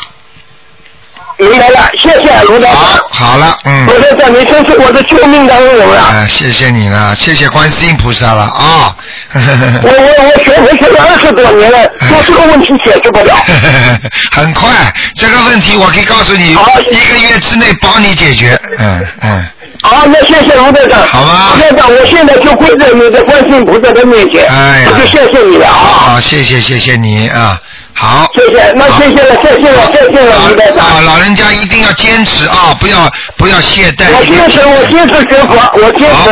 Speaker 3: 明白了，谢谢卢队
Speaker 1: 好，
Speaker 3: 长。
Speaker 1: 好了，嗯。
Speaker 3: 卢队长，你真是我的救命的恩人啊！
Speaker 1: 啊，谢谢你了，谢谢观世音菩萨了啊！
Speaker 3: 我我我学佛学了二十多年了，
Speaker 1: 哎
Speaker 3: 就这个问题解决不了。
Speaker 1: *laughs* 很快，这个问题我可以告诉你，
Speaker 3: 好
Speaker 1: 一个月之内帮你解决。嗯嗯，
Speaker 3: 好，那谢谢卢队长。
Speaker 1: 好吧
Speaker 3: 卢队长，我现在就跪在你的观世音菩萨的面前，
Speaker 1: 哎呀
Speaker 3: 我就谢谢你了啊！
Speaker 1: 好，谢谢谢谢你啊，好。
Speaker 3: 谢谢，那谢谢了，谢谢了，谢谢了，卢队长。
Speaker 1: 啊，老人家一定要坚持啊，不要不要懈怠。
Speaker 3: 我坚持，我坚持学佛，我坚持。
Speaker 1: 好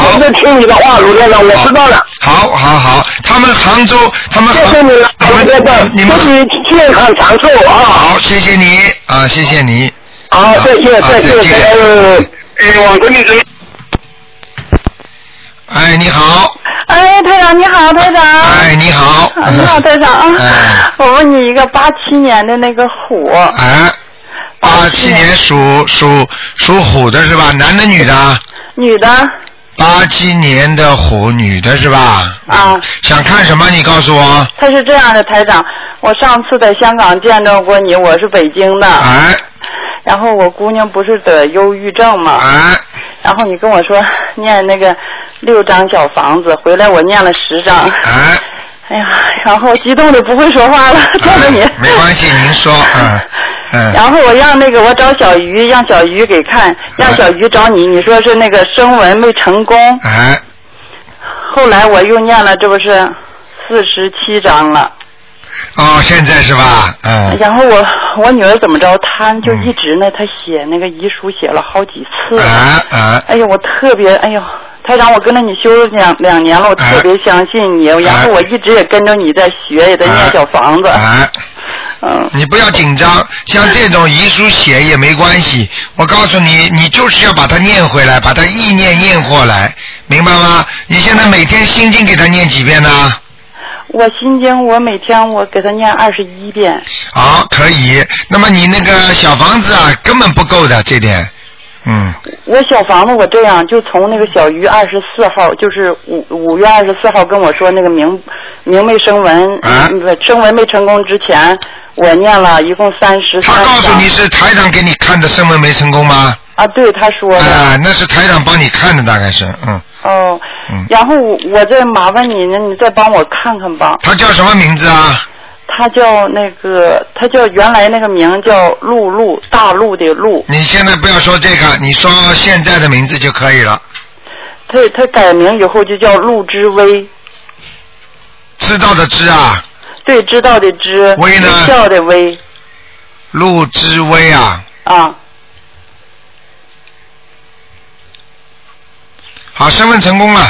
Speaker 1: 好
Speaker 3: 我在听你的话，卢队长，我知道了。
Speaker 1: 好，好，好，他们杭州，他们
Speaker 3: 谢谢你了，
Speaker 1: 你
Speaker 3: 卢队
Speaker 1: 们
Speaker 3: 长，
Speaker 1: 你
Speaker 3: 祝
Speaker 1: 们
Speaker 3: 你健康长寿啊！
Speaker 1: 好，谢谢你啊，谢谢你。
Speaker 3: 好，谢谢，
Speaker 1: 好再
Speaker 3: 谢谢，
Speaker 1: 见
Speaker 3: 呃，哎，我跟你说。
Speaker 1: 哎，你好，
Speaker 5: 哎，队长你好，队长。
Speaker 1: 哎，你好，
Speaker 5: *laughs* 啊你好，队长
Speaker 1: 哎
Speaker 5: 啊！我问你一个八七年的那个虎，
Speaker 1: 哎，八七年属属属虎的是吧？男的女的？
Speaker 5: 女的
Speaker 1: 八七年的虎，女的是吧？
Speaker 5: 啊，
Speaker 1: 想看什么？你告诉我。
Speaker 5: 她是这样的，台长，我上次在香港见到过你，我是北京的，
Speaker 1: 哎
Speaker 5: 然后我姑娘不是得忧郁症嘛，
Speaker 1: 哎，
Speaker 5: 然后你跟我说 *laughs* 念那个六张小房子，回来我念了十张，
Speaker 1: 哎，
Speaker 5: 哎呀，然后激动的不会说话了， *laughs* 看着你
Speaker 1: 哎。没关系您说嗯嗯
Speaker 5: 然后我让那个我找小鱼，让小鱼给看，让小鱼找你，你说是那个声纹没成功。
Speaker 1: 哎，
Speaker 5: 后来我又念了，这不是四十七章了。
Speaker 1: 哦，现在是吧？嗯。
Speaker 5: 然后我我女儿怎么着，她就一直呢，她写那个遗书写了好几次。
Speaker 1: 哎哎。
Speaker 5: 哎呦，我特别哎呦，台长，我跟着你修两两年了，我特别相信你，然后我一直也跟着你在学，也在
Speaker 1: 啊
Speaker 5: 念小房子，
Speaker 1: 哎，
Speaker 5: 嗯。
Speaker 1: 你不要紧张，像这种遗书写也没关系。我告诉你，你就是要把它念回来，把它意念念过来，明白吗？你现在每天心经给它念几遍呢？
Speaker 7: 我心经我每天我给他念二十一遍。
Speaker 1: 好，啊可以。那么你那个小房子啊，根本不够的这点，嗯，
Speaker 7: 我小房子我这样，就从那个小鱼二十四号，就是五五月二十四号跟我说那个明明没升文，
Speaker 1: 啊
Speaker 7: 嗯不升文没成功之前，我念了一共三十三。
Speaker 1: 告诉你是台长给你看的声纹没成功吗？
Speaker 7: 啊，对，他说的。
Speaker 1: 啊，那是台长帮你看的，大概是，嗯，
Speaker 7: 哦，然后我我再麻烦你呢，你再帮我看看吧。
Speaker 1: 他叫什么名字啊？
Speaker 7: 他叫那个，他叫原来那个名叫陆陆，大陆的陆。
Speaker 1: 你现在不要说这个，你说现在的名字就可以了。
Speaker 7: 他他改名以后就叫陆之威，
Speaker 1: 知道的知啊，
Speaker 7: 对，知道的知，
Speaker 1: 威呢
Speaker 7: 微笑的威
Speaker 1: 陆之威啊，
Speaker 7: 啊。
Speaker 1: 好，身份成功了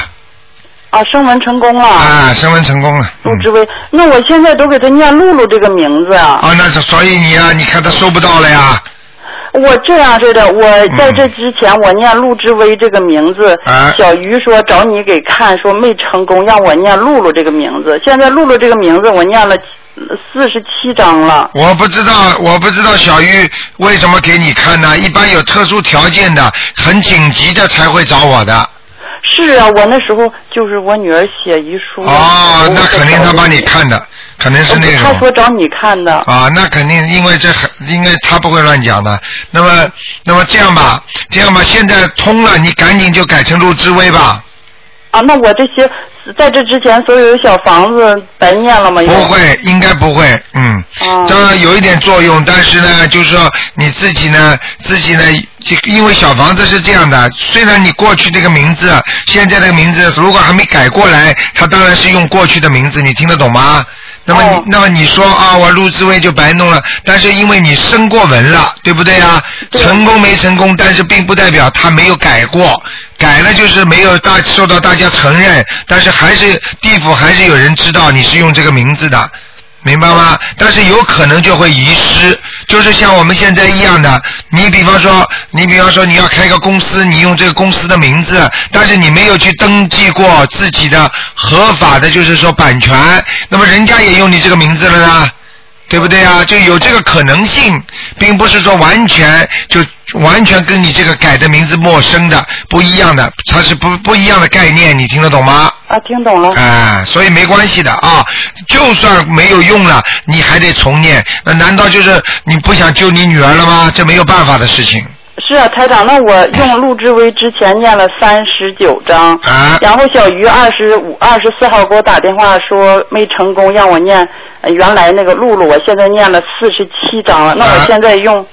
Speaker 7: 啊，升文成功了。
Speaker 1: 啊，身份成功了。
Speaker 7: 陆之威，那我现在都给他念露露这个名字啊。
Speaker 1: 啊，那是所以你啊，你看他收不到了呀。
Speaker 7: 我这样似的，我在这之前我念陆之威这个名字，
Speaker 1: 嗯啊
Speaker 7: 小鱼说找你给看，说没成功，让我念露露这个名字。现在露露这个名字我念了四十七章了。
Speaker 1: 我不知道，我不知道小玉为什么给你看呢？一般有特殊条件的，很紧急的才会找我的。
Speaker 7: 是啊，我那时候就是我女儿写遗书。
Speaker 1: 哦，那肯定他帮你看的，可能是那
Speaker 7: 他
Speaker 1: 种。
Speaker 7: 说找你看的。
Speaker 1: 啊，那肯定，因为这很，因为他不会乱讲的。那么，那么这样吧，这样吧，现在通了，你赶紧就改成陆之威吧。
Speaker 7: 啊，那我这些在这之前所有的小房子白念了吗？
Speaker 1: 不会，应该不会，嗯，这有一点作用，但是呢，就是说你自己呢，自己呢，这因为小房子是这样的，虽然你过去这个名字，现在这个名字如果还没改过来，它当然是用过去的名字，你听得懂吗？那么你、那么你说啊，我陆志威就白弄了，但是因为你升过文了，对不对啊？成功没成功，但是并不代表他没有改过，改了就是没有大受到大家承认，但是还是地府还是有人知道你是用这个名字的，明白吗？但是有可能就会遗失，就是像我们现在一样的。你比方说，你比方说你要开个公司，你用这个公司的名字，但是你没有去登记过自己的合法的，就是说版权，那么人家也用你这个名字了呢。对不对啊？就有这个可能性，并不是说完全就完全跟你这个改的名字陌生的不一样的，它是不不一样的概念，你听得懂吗？
Speaker 7: 啊，听懂了。
Speaker 1: 哎、所以没关系的啊，就算没有用了，你还得重念。那难道就是你不想救你女儿了吗？这没有办法的事情。
Speaker 7: 是啊，台长，那我用陆之威之前念了三十九章，
Speaker 1: 啊
Speaker 7: 然后小鱼二十五、二十四号给我打电话说没成功，让我念、呃原来那个露露，我现在念了四十七章了。那我现在用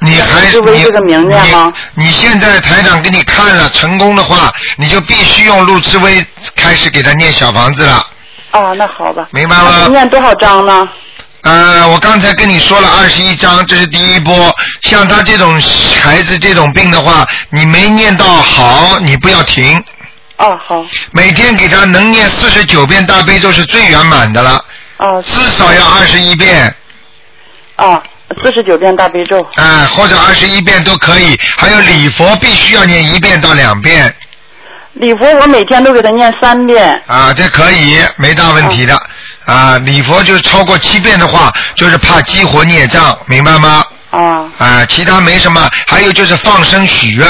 Speaker 1: 你还
Speaker 7: 陆之威这个名啊念吗？
Speaker 1: 你现在台长给你看了成功的话，你就必须用陆之威开始给他念小房子了。
Speaker 7: 啊，那好吧。
Speaker 1: 明白吗
Speaker 7: 那念多少章呢？
Speaker 1: 呃，我刚才跟你说了二十一章，这是第一波。像他这种孩子这种病的话，你没念到好，你不要停。
Speaker 7: 哦，好。
Speaker 1: 每天给他能念四十九遍大悲咒是最圆满的了。
Speaker 7: 哦。
Speaker 1: 至少要二十一遍。
Speaker 7: 啊，四十九遍大悲咒。
Speaker 1: 啊、或者二十一遍都可以。还有礼佛必须要念一遍到两遍
Speaker 7: 礼佛我每天都给他念三遍。
Speaker 1: 啊，这可以，没大问题
Speaker 7: 哦
Speaker 1: 的。啊，礼佛就超过七遍的话，就是怕激活孽障，明白吗？
Speaker 7: 啊。
Speaker 1: 啊，其他没什么，还有就是放生许愿。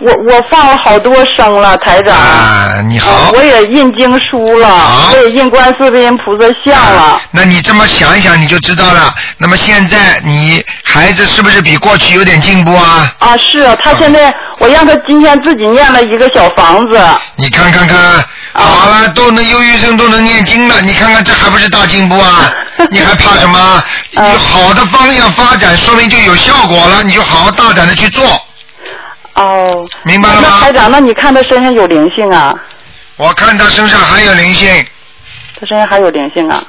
Speaker 7: 我我放了好多声了，台长。
Speaker 1: 啊，你好。
Speaker 7: 哦
Speaker 1: 啊
Speaker 7: 我也印经书了，我也印观世音菩萨像了。
Speaker 1: 那你这么想一想，你就知道了。那么现在你孩子是不是比过去有点进步啊？
Speaker 7: 啊，是啊，他现在、我让他今天自己念了一个小房子。
Speaker 1: 你看看看，
Speaker 7: 哦
Speaker 1: 好了，都能忧郁症都能念经了，你看看这还不是大进步
Speaker 7: *laughs*
Speaker 1: 啊？你还怕什么？
Speaker 7: 哦
Speaker 1: 有好的方向发展，说明就有效果了，你就好好大胆的去做。
Speaker 7: 哦。
Speaker 1: 明白了
Speaker 7: 那台长，那你看他身上有灵性啊？
Speaker 1: 我看他身上还有灵性，
Speaker 7: 他身上还有灵性啊？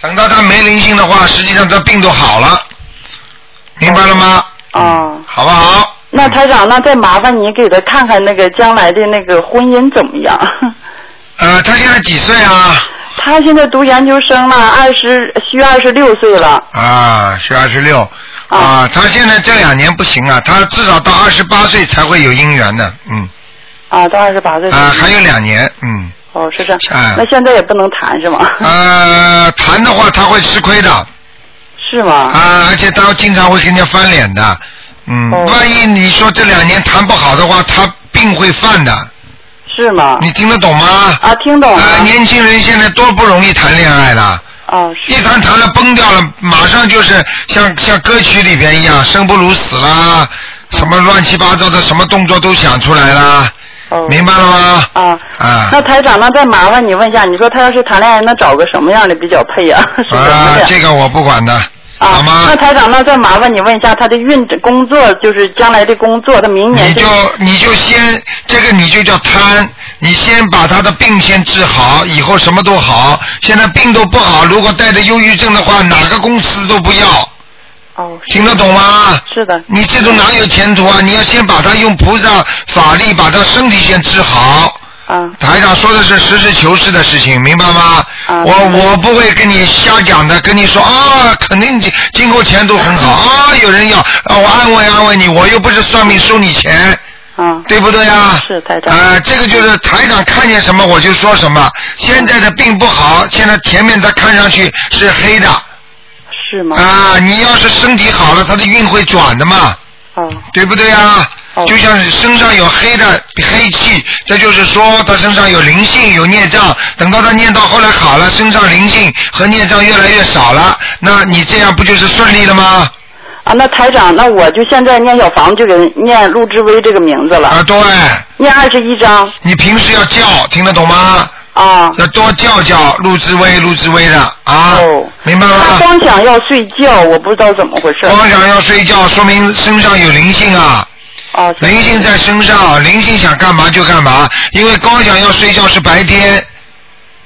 Speaker 1: 等到他没灵性的话，实际上这病都好了，明白了吗？
Speaker 7: 哦。
Speaker 1: 好不好？
Speaker 7: 那台长，那再麻烦你给他看看那个将来的那个婚姻怎么样？
Speaker 1: 呃，他现在几岁啊？
Speaker 7: 他现在读研究生了，二十虚二十六岁了。
Speaker 1: 啊，是二十六。
Speaker 7: 哦
Speaker 1: 啊，他现在这两年不行啊，他至少到二十八岁才会有姻缘的，嗯，
Speaker 7: 啊，到二十八岁。
Speaker 1: 啊，还有两年，嗯，
Speaker 7: 哦，是这样。
Speaker 1: 哎
Speaker 7: 那现在也不能谈是吗？
Speaker 1: 呃，谈的话他会吃亏的。
Speaker 7: 是吗？
Speaker 1: 啊，而且他经常会跟人家翻脸的。嗯，
Speaker 7: 哦
Speaker 1: 万一你说这两年谈不好的话，他病会犯的。
Speaker 7: 是吗？
Speaker 1: 你听得懂吗？
Speaker 7: 啊，听懂了。
Speaker 1: 啊，年轻人现在多不容易谈恋爱了。
Speaker 7: 哦，
Speaker 1: 一谈谈了崩掉了，马上就是像像歌曲里边一样，生不如死啦，什么乱七八糟的什么动作都想出来啦，明白了吗？
Speaker 7: 哦啊
Speaker 1: 啊
Speaker 7: 那台长，那再麻烦你问一下，你说他要是谈恋爱，那找个什么样的比较配呀、 *laughs* 是什么
Speaker 1: 啊
Speaker 7: 呀？，
Speaker 1: 这个我不管的。
Speaker 7: 啊，那台长，那再麻烦你问一下他的运工作，就是将来的工作，他明年
Speaker 1: 你就你就先这个你就叫贪，你先把他的病先治好，以后什么都好。现在病都不好，如果带着忧郁症的话，哪个公司都不要。
Speaker 7: 哦，
Speaker 1: 听得懂吗？
Speaker 7: 是的。
Speaker 1: 你这种哪有前途啊？你要先把他用菩萨法力把他身体先治好。
Speaker 7: 啊。
Speaker 1: 台长说的是实事求是的事情，明白吗？
Speaker 7: 啊
Speaker 1: 我我不会跟你瞎讲的，跟你说啊，肯定今今后前途很好
Speaker 7: 嗯
Speaker 1: 啊，有人要啊，我安慰安慰你，我又不是算命收你钱。
Speaker 7: 啊，
Speaker 1: 对不对呀？
Speaker 7: 是台
Speaker 1: 长。啊、这个就是台长看见什么我就说什么。现在的并不好，
Speaker 7: 嗯
Speaker 1: 现在前面他看上去是黑的。
Speaker 7: 是吗？
Speaker 1: 啊，你要是身体好了，他的运会转的嘛。
Speaker 7: 哦。
Speaker 1: 对不对啊？就像是身上有黑的黑气，这就是说他身上有灵性、有孽障。等到他念到后来好了，身上灵性和孽障越来越少了，那你这样不就是顺利了吗？
Speaker 7: 啊，那台长，那我就现在念小房子就给念陆之威这个名字了。啊，
Speaker 1: 对。
Speaker 7: 念二十一章。
Speaker 1: 你平时要叫，听得懂吗？
Speaker 7: 啊。
Speaker 1: 要多叫叫陆志威、陆志威的啊，明白吗？
Speaker 7: 哦他光想要睡觉，我不知道怎么回事。
Speaker 1: 光想要睡觉，说明身上有灵性啊。
Speaker 7: 哦。
Speaker 1: 灵性在身上，灵性想干嘛就干嘛，因为光想要睡觉是白天。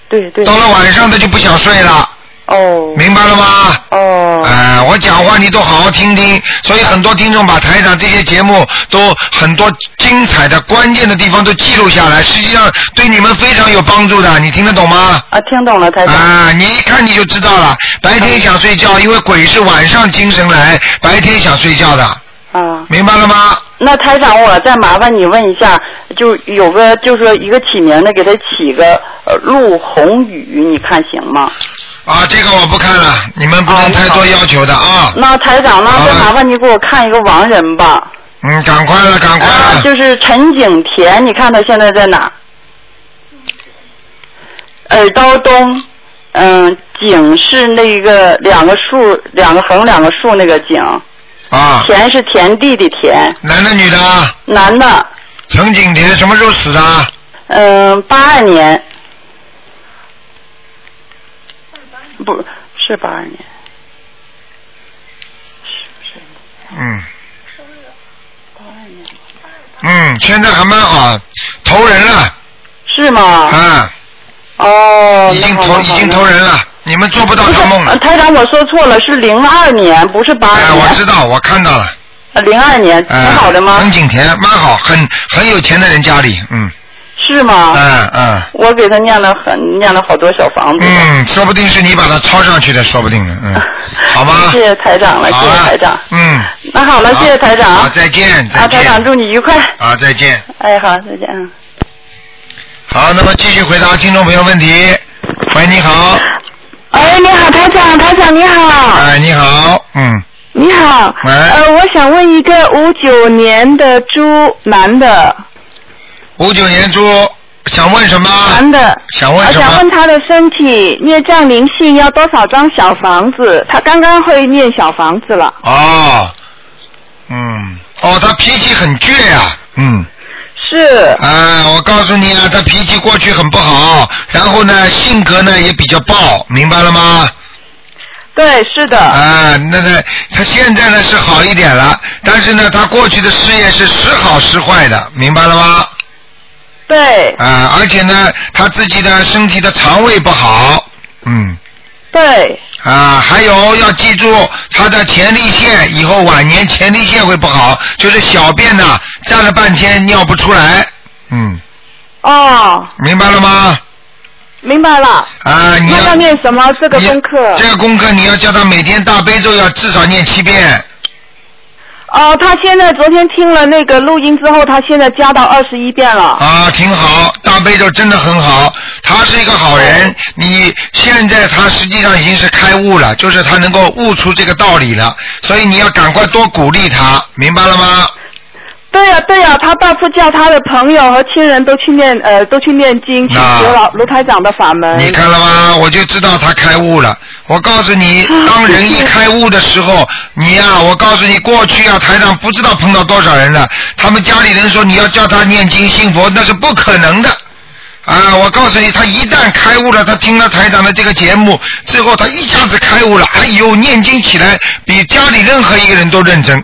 Speaker 7: 对对。
Speaker 1: 到了晚上他就不想睡了。
Speaker 7: 哦。
Speaker 1: 明白了吗？
Speaker 7: 哦。
Speaker 1: 哎、我讲话你都好好听听，所以很多听众把台长这些节目都很多精彩的关键的地方都记录下来，实际上对你们非常有帮助的，你听得懂吗？
Speaker 7: 啊，听懂了，台
Speaker 1: 长。啊，你一看你就知道了，白天想睡觉，因为鬼是晚上精神来，白天想睡觉的。
Speaker 7: 啊。
Speaker 1: 明白了吗？
Speaker 7: 那台长，我再麻烦你问一下，就有个就是一个起名的，给他起个呃陆红宇，你看行吗？
Speaker 1: 啊，这个我不看了，你们不能太多要求的啊。
Speaker 7: 那台长，那再麻烦你给我看一个亡人吧。
Speaker 1: 嗯，赶快了，赶快
Speaker 7: 啊，就是陈景田，你看他现在在哪？耳刀东，嗯，景是那个两个竖，两个横，两个竖那个景。
Speaker 1: 啊。
Speaker 7: 田是田地的田。
Speaker 1: 男的女的？
Speaker 7: 男的。
Speaker 1: 陈景田什么时候死的？啊
Speaker 7: 嗯，八二年。不是八二年，
Speaker 1: 嗯。嗯，现在还蛮好，投人了。
Speaker 7: 是吗？
Speaker 1: 啊。
Speaker 7: 哦。
Speaker 1: 已经投已经投人了，你们做不到他梦了。
Speaker 7: 呃台长，我说错了，是零二年，不是八二
Speaker 1: 哎，
Speaker 7: 年。啊
Speaker 1: 我知道，我看到了。
Speaker 7: 零二年，挺
Speaker 1: 哎，
Speaker 7: 好的吗？
Speaker 1: 陈景田蛮好，很很有钱的人家里，嗯。
Speaker 7: 是吗？
Speaker 1: 嗯嗯。
Speaker 7: 我给他念了很念了好多小房子。
Speaker 1: 嗯，说不定是你把他抄上去的，说不定呢，
Speaker 7: *laughs*
Speaker 1: 嗯，好吗？
Speaker 7: 谢谢台长了，谢
Speaker 1: 好
Speaker 7: 谢
Speaker 1: 了
Speaker 7: 台长。
Speaker 1: 嗯，
Speaker 7: 那好了，谢谢台长。
Speaker 1: 好，再见，
Speaker 7: 啊，
Speaker 1: 再
Speaker 7: 台
Speaker 1: 见，
Speaker 7: 长，祝你愉快。
Speaker 1: 啊，再见。
Speaker 7: 哎，好，再见。嗯
Speaker 1: 好，那么继续回答听众朋友问题。喂，你好。
Speaker 5: 哎，你好，台长，台长你好。
Speaker 1: 哎，你好，嗯，
Speaker 5: 你好。
Speaker 1: 喂
Speaker 5: 呃，我想问一个五九年的猪男的，
Speaker 1: 五九年猪，想问什么？
Speaker 5: 男的。
Speaker 1: 想问
Speaker 5: 我
Speaker 1: 什
Speaker 5: 想
Speaker 1: 么？
Speaker 5: 问他的身体孽障灵性要多少张小房子？他刚刚会念小房子了。
Speaker 1: 哦，嗯，哦，他脾气很倔呀、嗯。
Speaker 5: 是。
Speaker 1: 啊，我告诉你啊，他脾气过去很不好，然后呢，性格呢也比较暴，明白了吗？
Speaker 5: 对，是的。
Speaker 1: 啊，那个他现在呢是好一点了，但是呢，他过去的事业是时好时坏的，明白了吗？
Speaker 5: 对。
Speaker 1: 啊，而且呢，他自己的身体的肠胃不好，嗯。
Speaker 5: 对。
Speaker 1: 啊，还有要记住他的前列腺，以后晚年前列腺会不好，就是小便呐、站了半天尿不出来，嗯，
Speaker 5: 哦，
Speaker 1: 明白了吗？
Speaker 5: 明白了。
Speaker 1: 啊，你
Speaker 5: 他
Speaker 1: 要
Speaker 5: 要念什么？这个功课。
Speaker 1: 这个功课你要叫他每天大悲咒要至少念七遍，
Speaker 5: 哦，他现在昨天听了
Speaker 1: 啊
Speaker 5: 那个录音之后，他现在加到二十一遍了。
Speaker 1: 啊，挺好，大悲咒真的很好。他是一个好人，你现在他实际上已经是开悟了，就是他能够悟出这个道理了，所以你要赶快多鼓励他，明白了吗？
Speaker 5: 对呀、对呀、他到处叫他的朋友和亲人都去念呃都去念经，去
Speaker 1: 那
Speaker 5: 学老卢台长的法门。
Speaker 1: 你看了吗？我就知道他开悟了。我告诉你，
Speaker 5: 啊
Speaker 1: 当人一开悟的时候，你呀、我告诉你，过去啊，台长不知道碰到多少人了。他们家里人说你要叫他念经信佛，那是不可能的。啊，我告诉你，他一旦开悟了，他听了台长的这个节目之后，他一下子开悟了。哎呦，念经起来比家里任何一个人都认真。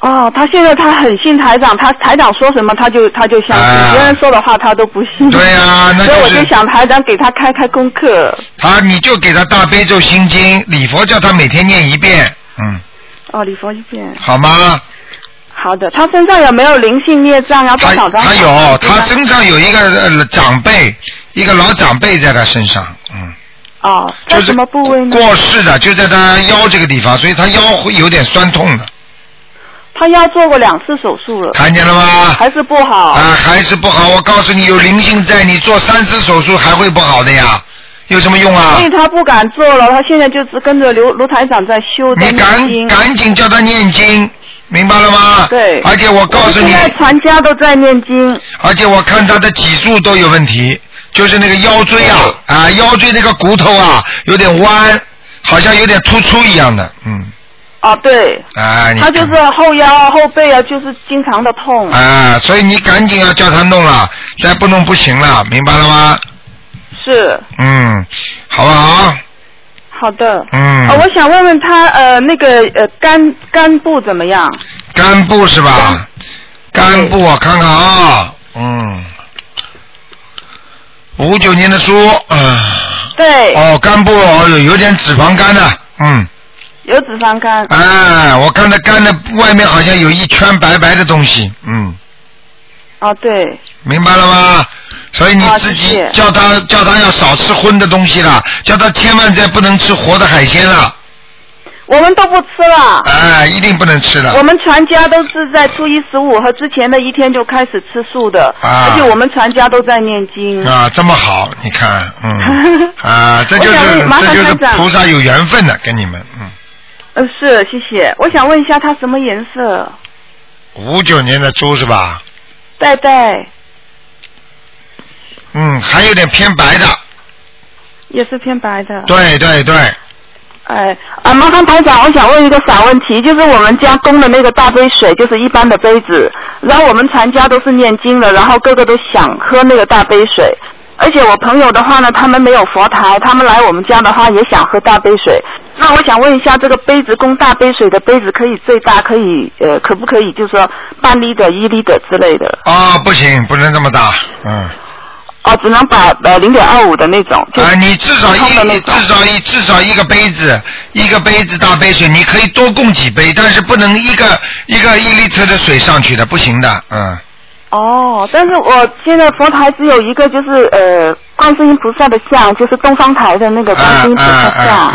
Speaker 5: 哦，他现在他很信台长，他台长说什么他就他就相信，别人说的话他都不信。
Speaker 1: 啊对呀那
Speaker 5: 嗯所以
Speaker 1: 就
Speaker 5: 我
Speaker 1: 是
Speaker 5: 就想台长给他开开功课。
Speaker 1: 他你就给他大悲咒心经，礼佛叫他每天念一遍，嗯，
Speaker 5: 哦，礼佛一遍。
Speaker 1: 好吗？
Speaker 5: 好的，他身上有没有灵性孽障？啊要多少张？
Speaker 1: 他有，
Speaker 5: 啊
Speaker 1: 他身上有一个呃长辈，一个老长辈在他身上，嗯，
Speaker 5: 哦，
Speaker 1: 在什么部位呢？过世的，就在他腰这个地方，所以他腰会有点酸痛的，
Speaker 5: 他腰做过两次手术了。
Speaker 1: 看见了吗？
Speaker 5: 还是不好。
Speaker 1: 啊，还是不好。我告诉你，有灵性在，你做三次手术还会不好的呀，有什么用啊
Speaker 5: 所以？他不敢做了，他现在就只跟着刘卢台长在修。在
Speaker 1: 你赶
Speaker 5: 念经
Speaker 1: 赶紧叫他念经，明白了吗？
Speaker 5: 对。
Speaker 1: 而且我告诉你
Speaker 5: 现在全家都在念经。
Speaker 1: 而且我看他的脊柱都有问题，就是那个腰椎啊啊腰椎那个骨头啊有点弯，好像有点突出一样的，嗯
Speaker 5: 哦，对，
Speaker 1: 啊你
Speaker 5: 他就是后腰啊、后背啊，就是经常的痛。
Speaker 1: 啊，所以你赶紧要叫他弄了，再不弄不行了，明白了吗？
Speaker 5: 是，
Speaker 1: 嗯，好不好？
Speaker 5: 好的。
Speaker 1: 嗯
Speaker 5: 呃我想问问他，呃，那个呃，肝肝部怎么样？
Speaker 1: 肝部是吧？肝部我看看啊，嗯，五九年的猪，嗯、
Speaker 5: 对，
Speaker 1: 哦，肝部哦有有点脂肪肝的、嗯。
Speaker 5: 有脂肪肝。
Speaker 1: 哎，我看他肝的外面好像有一圈白白的东西，嗯，
Speaker 5: 哦，对，
Speaker 1: 明白了吗？所以你
Speaker 5: 啊
Speaker 1: 自
Speaker 5: 谢
Speaker 1: 己
Speaker 5: 谢
Speaker 1: 叫他叫他要少吃荤的东西了，叫他千万再不能吃活的海鲜了，
Speaker 5: 我们都不吃了。
Speaker 1: 哎，一定不能吃
Speaker 5: 啊我
Speaker 1: 的。
Speaker 5: 们全家都是在初一十五和之前的一天就开始吃素的，
Speaker 1: 啊
Speaker 5: 而且我们全家都在念经。
Speaker 1: 啊，这么好，你看，
Speaker 5: *laughs*
Speaker 1: 嗯，啊，这就是
Speaker 5: 我想问麻烦
Speaker 1: 这就是
Speaker 5: 台长
Speaker 1: 菩萨有缘分的，跟你们，嗯，
Speaker 5: *laughs* 呃，是，谢谢。我想问一下，它什么颜色？
Speaker 1: 五九年的猪是吧？
Speaker 5: 戴戴
Speaker 1: 嗯，还有点偏白的，
Speaker 5: 嗯也是偏白的。
Speaker 1: 对对对，
Speaker 5: 哎，啊，麻烦台长，我想问一个小问题，就是我们家供的那个大杯水，就是一般的杯子，然后我们全家都是念经的，然后个个都想喝那个大杯水，而且我朋友的话呢，他们没有佛台，他们来我们家的话也想喝大杯水。那我想问一下，这个杯子供大杯水的杯子可以最大可以呃可不可以就是说半厘的、一厘的之类的？
Speaker 1: 啊、不行，不能这么大，嗯。
Speaker 5: 哦，只能把呃零点二五的那种。就
Speaker 1: 啊，你至少一至少一至少一个杯子，一个杯子大杯水，你可以多供几杯，但是不能一个一个一 l 的水上去的，不行的，嗯。
Speaker 5: 哦，但是我现在佛台只有一个，就是呃，观世音菩萨的像，就是东方台的那个观世
Speaker 1: 嗯
Speaker 5: 音菩萨
Speaker 1: 嗯
Speaker 5: 像，
Speaker 1: 嗯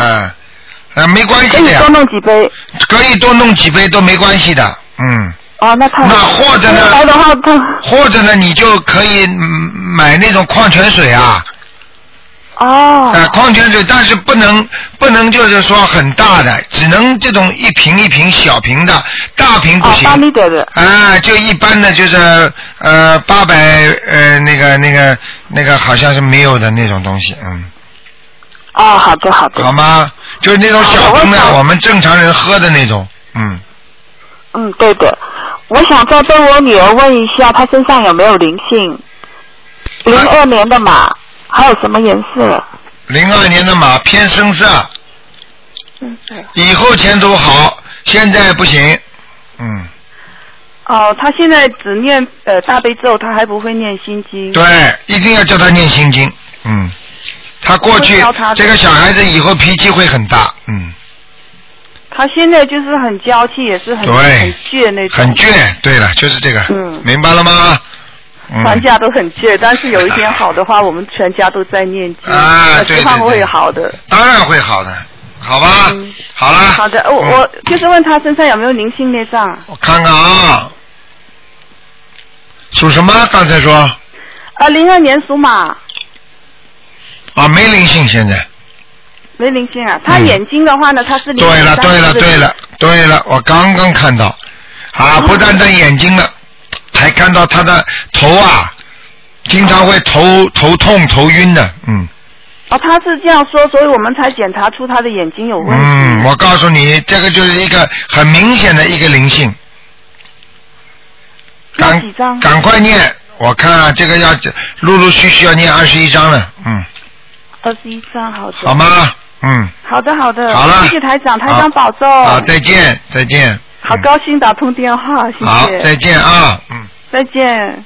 Speaker 1: 嗯，啊，没关系
Speaker 5: 可
Speaker 1: 的
Speaker 5: 以
Speaker 1: 呀
Speaker 5: 多，弄几杯。
Speaker 1: 可以多弄几杯都没关系的，嗯。
Speaker 5: 哦，那太
Speaker 1: 那
Speaker 5: 好了。
Speaker 1: 或者呢
Speaker 5: 来的话，他
Speaker 1: 或者呢，你就可以嗯买那种矿泉水啊，
Speaker 5: 哦、
Speaker 1: 啊，矿泉水，但是不能不能就是说很大的，只能这种一瓶一瓶小瓶的，大瓶不
Speaker 5: 哦，
Speaker 1: 行。
Speaker 5: 巴厘德的
Speaker 1: 啊，就一般的，就是呃八百呃那个那个那个好像是没有的那种东西，嗯，
Speaker 5: 哦，好的好的，
Speaker 1: 好吗？就是那种小瓶的，我们正常人喝的那种，嗯，
Speaker 5: 嗯，对的。我想再跟我女儿问一下，她身上有没有灵
Speaker 1: 啊
Speaker 5: 性？零二年的马，还有什么颜色？
Speaker 1: 零二年的马偏深色，
Speaker 5: 嗯
Speaker 1: 以后前途好，现在不行，嗯，
Speaker 5: 哦，她现在只念呃大悲咒，她还不会念心经。
Speaker 1: 对，一定要叫他念心经，嗯，他过去
Speaker 5: 会教他的
Speaker 1: 这个小孩子以后脾气会很大，嗯，
Speaker 5: 他现在就是很娇气，也是很
Speaker 1: 对
Speaker 5: 很倔那种，
Speaker 1: 很倔，对了，就是这个，
Speaker 5: 嗯
Speaker 1: 明白了吗？嗯。
Speaker 5: 全家都很倔。但是有一天好的话，我们全家都在念经，
Speaker 1: 啊
Speaker 5: 呃
Speaker 1: 对
Speaker 5: 希望
Speaker 1: 对对
Speaker 5: 会好的。
Speaker 1: 当然会好的，好吧？好了。
Speaker 5: 嗯好的，我、
Speaker 1: 嗯
Speaker 5: 我就是问他身上有没有灵性孽障，
Speaker 1: 我看看啊，属什么？刚才说
Speaker 5: 呃，零二年属马，
Speaker 1: 啊，没灵性现在。
Speaker 5: 没灵性啊。他眼睛的话呢，他是
Speaker 1: 嗯
Speaker 5: 零
Speaker 1: 对了，对了，对了，对了，我刚刚看到，
Speaker 5: 嗯
Speaker 1: 啊，不但在眼睛了，还看到他的头啊，经常
Speaker 5: 嗯
Speaker 1: 会头头痛、头晕的，嗯
Speaker 5: 哦，他是这样说，所以我们才检查出他的眼睛有问题。
Speaker 1: 嗯，我告诉你，这个就是一个很明显的一个灵性，
Speaker 5: 那几张？
Speaker 1: 赶快念，我看啊，这个要陆陆续续要念二十一章了，嗯，
Speaker 5: 二十一张，好的。
Speaker 1: 好吗？嗯，
Speaker 5: 好的，好的。
Speaker 1: 好了
Speaker 5: 谢谢台长，台
Speaker 1: 好
Speaker 5: 长保重。
Speaker 1: 好，再见，再见，
Speaker 5: 好高兴打通电话，谢谢。
Speaker 1: 好，再见啊，嗯。
Speaker 5: 再见。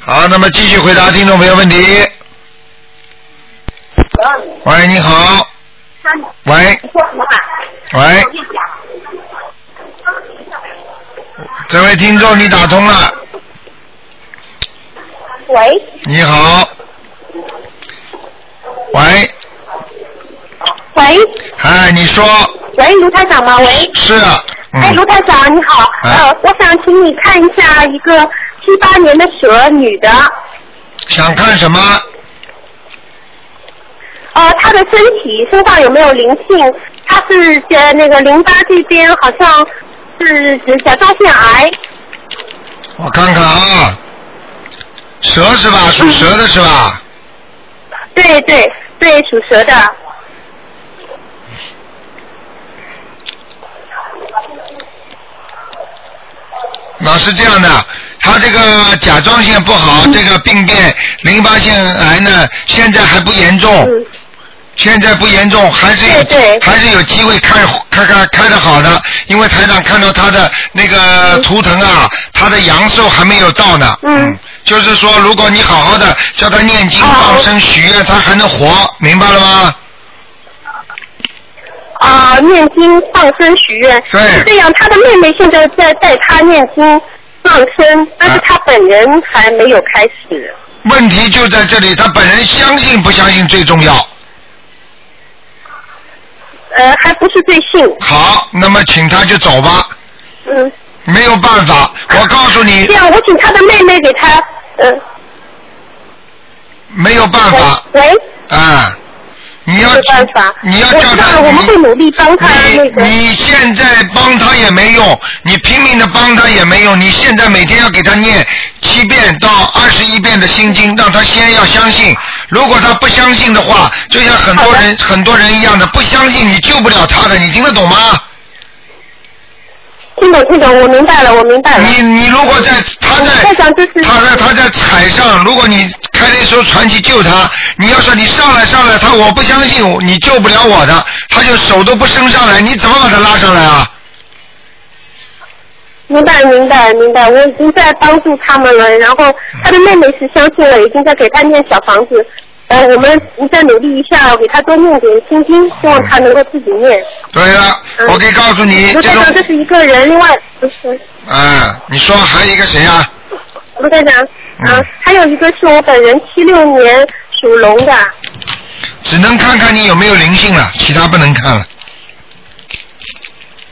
Speaker 1: 好，那么继续回答听众朋友问题。喂，你好，喂，喂，这位听众你打通了，
Speaker 8: 喂，
Speaker 1: 你好，喂，
Speaker 8: 喂，
Speaker 1: 哎，你说
Speaker 8: 喂，哎卢台长吗？喂，
Speaker 1: 是，嗯
Speaker 8: 哎，卢台长你好，
Speaker 1: 哎
Speaker 8: 呃，我想请你看一下一个七八年的蛇女的，
Speaker 1: 想看什么？
Speaker 8: 呃，她的身体身上有没有灵性？她是呃那个淋巴这边好像是甲状腺癌，
Speaker 1: 我看看啊，蛇是吧？属蛇的是吧？
Speaker 8: 对对对，属蛇的，
Speaker 1: 那是这样的，他这个甲状腺不好，这个病变淋巴腺癌呢，现在还不严重，现在不严重，还是有还是有机会开开开开的好的，因为台长看到他的那个图腾啊，他的阳寿还没有到呢，嗯，就是说如果你好好的叫他念经放生许愿，他还能活，明白了吗？
Speaker 8: 啊、念经放生许愿，
Speaker 1: 对
Speaker 8: 是这样，她的妹妹现在在带她念经放生，但是她本人还没有开始。
Speaker 1: 问题就在这里，他本人相信不相信最重要。
Speaker 8: 呃，还不是最信。
Speaker 1: 好，那么请他就走吧。
Speaker 8: 嗯。
Speaker 1: 没有办法，我告诉你。
Speaker 8: 这样，我请他的妹妹给他，呃，
Speaker 1: 没有办法。
Speaker 8: 喂。
Speaker 1: 啊，你要办法，你要叫他，我们会
Speaker 8: 努力帮
Speaker 1: 他你你现在帮他也没用，你拼命的帮他也没用，你现在每天要给他念七遍到二十一遍的心经，让他先要相信。如果他不相信的话，就像很多人很多人一样的，不相信你救不了他的，你听得懂吗？
Speaker 8: 听懂听懂，我明白了，我明白了。
Speaker 1: 你你如果在他在他在他在海上，如果你开了一艘船去救他，你要说你上来上来，他我不相信你救不了我的，他就手都不伸上来，你怎么把他拉上来啊？
Speaker 8: 明白明白明白，我已经在帮助他们了。然后他的妹妹是相信了，已经在给他念小房子。呃，我们再努力一下，给他多念点心经，希望他能够自己念。
Speaker 1: 对了，我可以告诉你，
Speaker 8: 卢
Speaker 1: 这
Speaker 8: 台
Speaker 1: 种
Speaker 8: 长，这是一个人，另外，不是
Speaker 1: 啊，你说还有一个谁啊？
Speaker 8: 卢台长，嗯、还有一个是我本人，七六年属龙的。
Speaker 1: 只能看看你有没有灵性了，其他不能看了。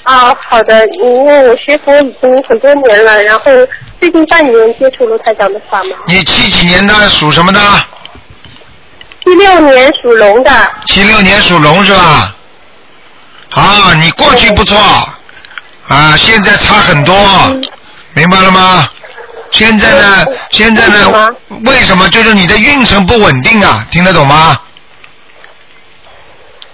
Speaker 8: 啊，好的，因为我学佛已经很多年了，然后最近半年接触卢台长的法门。
Speaker 1: 你七几年的属什么的？
Speaker 8: 七六年属龙的，啊
Speaker 1: 七六年属龙是吧？啊，你过去不错，啊，现在差很多，明白了吗？现在呢，
Speaker 8: 嗯
Speaker 1: 现在呢，为什么？就是你的运程不稳定啊，听得懂吗？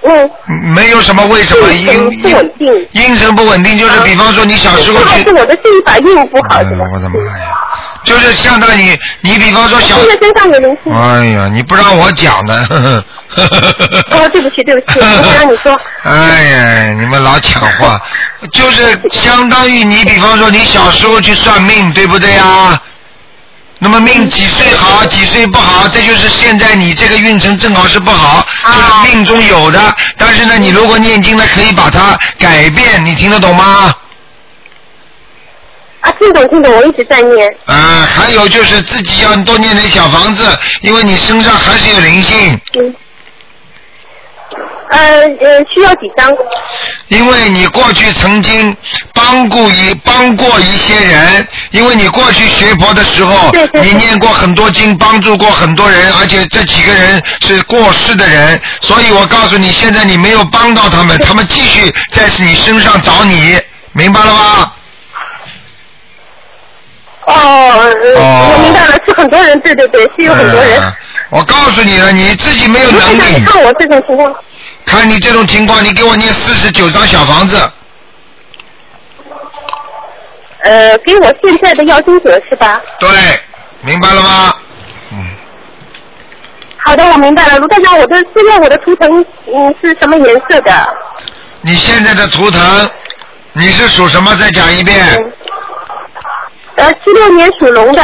Speaker 8: 嗯。
Speaker 1: 没有什么为什么
Speaker 8: 运程
Speaker 1: 因
Speaker 8: 不稳啊
Speaker 1: 因运程不稳定，就是比方说你小时候
Speaker 8: 还
Speaker 1: 去
Speaker 8: 是，我的这一把运不好，
Speaker 1: 哎呦我的妈呀！就是相当于你比方说小，
Speaker 8: 现在身上有灵性。
Speaker 1: 哎呀，你不让我讲的，呵呵呵呵呵呵。
Speaker 8: *laughs* 哦，对不起，对不起，我想让你说，
Speaker 1: *laughs* 哎呀，你们老抢话，就是相当于你，比方说你小时候去算命，对不对啊？那么命几岁好，
Speaker 8: 嗯
Speaker 1: 几岁不好，这就是现在你这个运程正好是不
Speaker 8: 啊
Speaker 1: 好，就是命中有的。但是呢，你如果念经呢，可以把它改变，你听得懂吗？
Speaker 8: 啊，听懂听懂，我一直在念。
Speaker 1: 啊，还有就是自己要多念点小房子，因为你身上还是有灵性。
Speaker 8: 嗯。
Speaker 3: 嗯呃呃，需要几张？
Speaker 1: 因为你过去曾经帮过一帮过一些人，因为你过去学佛的时候，你念过很多经，帮助过很多人，而且这几个人是过世的人，所以我告诉你，现在你没有帮到他们，他们继续在你身上找你，明白了吗？
Speaker 3: 哦，呃
Speaker 1: 哦
Speaker 3: 我明白了，是很多人，对对对，是有很多人。
Speaker 1: 嗯我告诉你了，你自己没有能力。
Speaker 3: 看我这种情况。
Speaker 1: 看你这种情况，你给我念四十九张小房子，
Speaker 3: 呃，给我现在的要经者是吧？
Speaker 1: 对，明白了吗？
Speaker 3: 好的，我明白了。卢台长，我的现在我的图腾嗯是什么颜色的？
Speaker 1: 你现在的图腾，你是属什么？再讲一遍。
Speaker 3: 呃，七六年属龙的。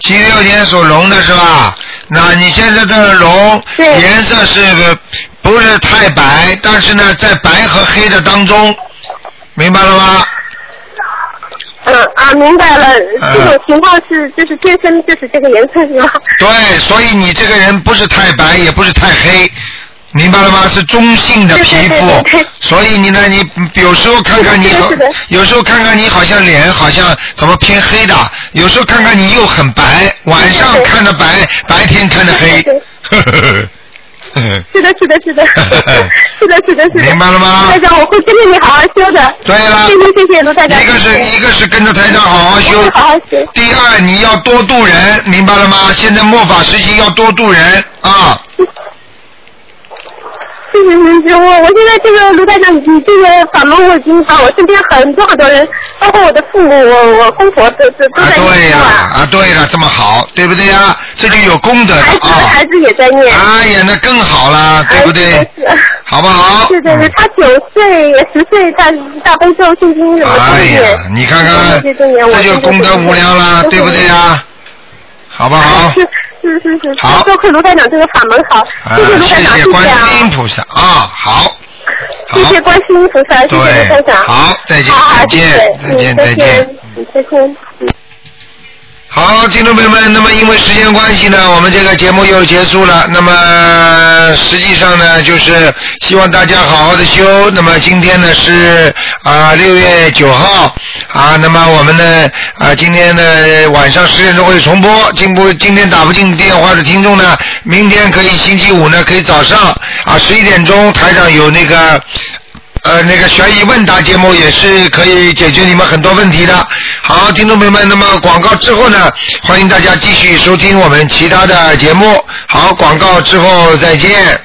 Speaker 1: 七六年属龙的是吧？那你现在的龙颜色是呃不是太白？但是呢，在白和黑的当中，明白了吗？
Speaker 3: 嗯啊，明白了。
Speaker 1: 呃
Speaker 3: 这种情况是就是天生就是这个颜色是吗？
Speaker 1: 对，所以你这个人不是太白，也不是太黑，明白了吗？是中性的皮肤，所以你呢，你有时候看看你好，有时候看看你好像脸好像怎么偏黑的，有时候看看你又很白，晚上看着白，白天看着黑。
Speaker 3: 是的，是的，是的，
Speaker 1: *laughs*
Speaker 3: 是的，是的，是的。
Speaker 1: 明白了吗
Speaker 3: 台长，我会跟着你好好修的。
Speaker 1: 对了
Speaker 3: 谢谢谢谢卢台长。
Speaker 1: 一个是一个是跟着台长好好修，第二你要多度人，明白了吗？现在末法时期要多度人啊。
Speaker 3: 谢谢您，我我现在这个卢台长，你这个法门我已经把我身边很多很多人，包括我的父母，我我公婆都都都在
Speaker 1: 对
Speaker 3: 念
Speaker 1: 呀、
Speaker 3: 啊，
Speaker 1: 啊，对了，这么好，对不对呀、
Speaker 3: 嗯
Speaker 1: 这就有功德了啊。
Speaker 3: 孩子也在念。
Speaker 1: 哎呀，那更好啦，对不对？好不好？
Speaker 3: *laughs* 对对对，他九岁、十岁，大大悲咒、心经什么都
Speaker 1: 哎呀
Speaker 3: 念。，
Speaker 1: 你看看，
Speaker 3: 这些年我
Speaker 1: 这就功德无量啦，对不对呀、？好不好？
Speaker 3: 是是是是，好，多亏卢台长这个法门好，
Speaker 1: 啊
Speaker 3: 谢哎谢，卢
Speaker 1: 谢
Speaker 3: 台长，谢
Speaker 1: 谢
Speaker 3: 谢
Speaker 1: 观
Speaker 3: 啊
Speaker 1: 世音菩萨啊，好，
Speaker 3: 谢谢观世音菩萨，谢谢卢台
Speaker 1: 对，
Speaker 3: 长，
Speaker 1: 好，再见，再见，再见，再见。
Speaker 3: 嗯再见。
Speaker 1: 好，听众朋友们，那么因为时间关系呢，我们这个节目又结束了。那么实际上呢，就是希望大家好好的修。那么今天呢是啊六、月九号啊，那么我们呢啊今天呢晚上十点钟会重播。进不今天打不进电话的听众呢，明天可以星期五呢可以早上啊十一点钟台上有那个呃，那个悬疑问答节目也是可以解决你们很多问题的。好，听众朋友们，那么广告之后呢，欢迎大家继续收听我们其他的节目。好，广告之后再见。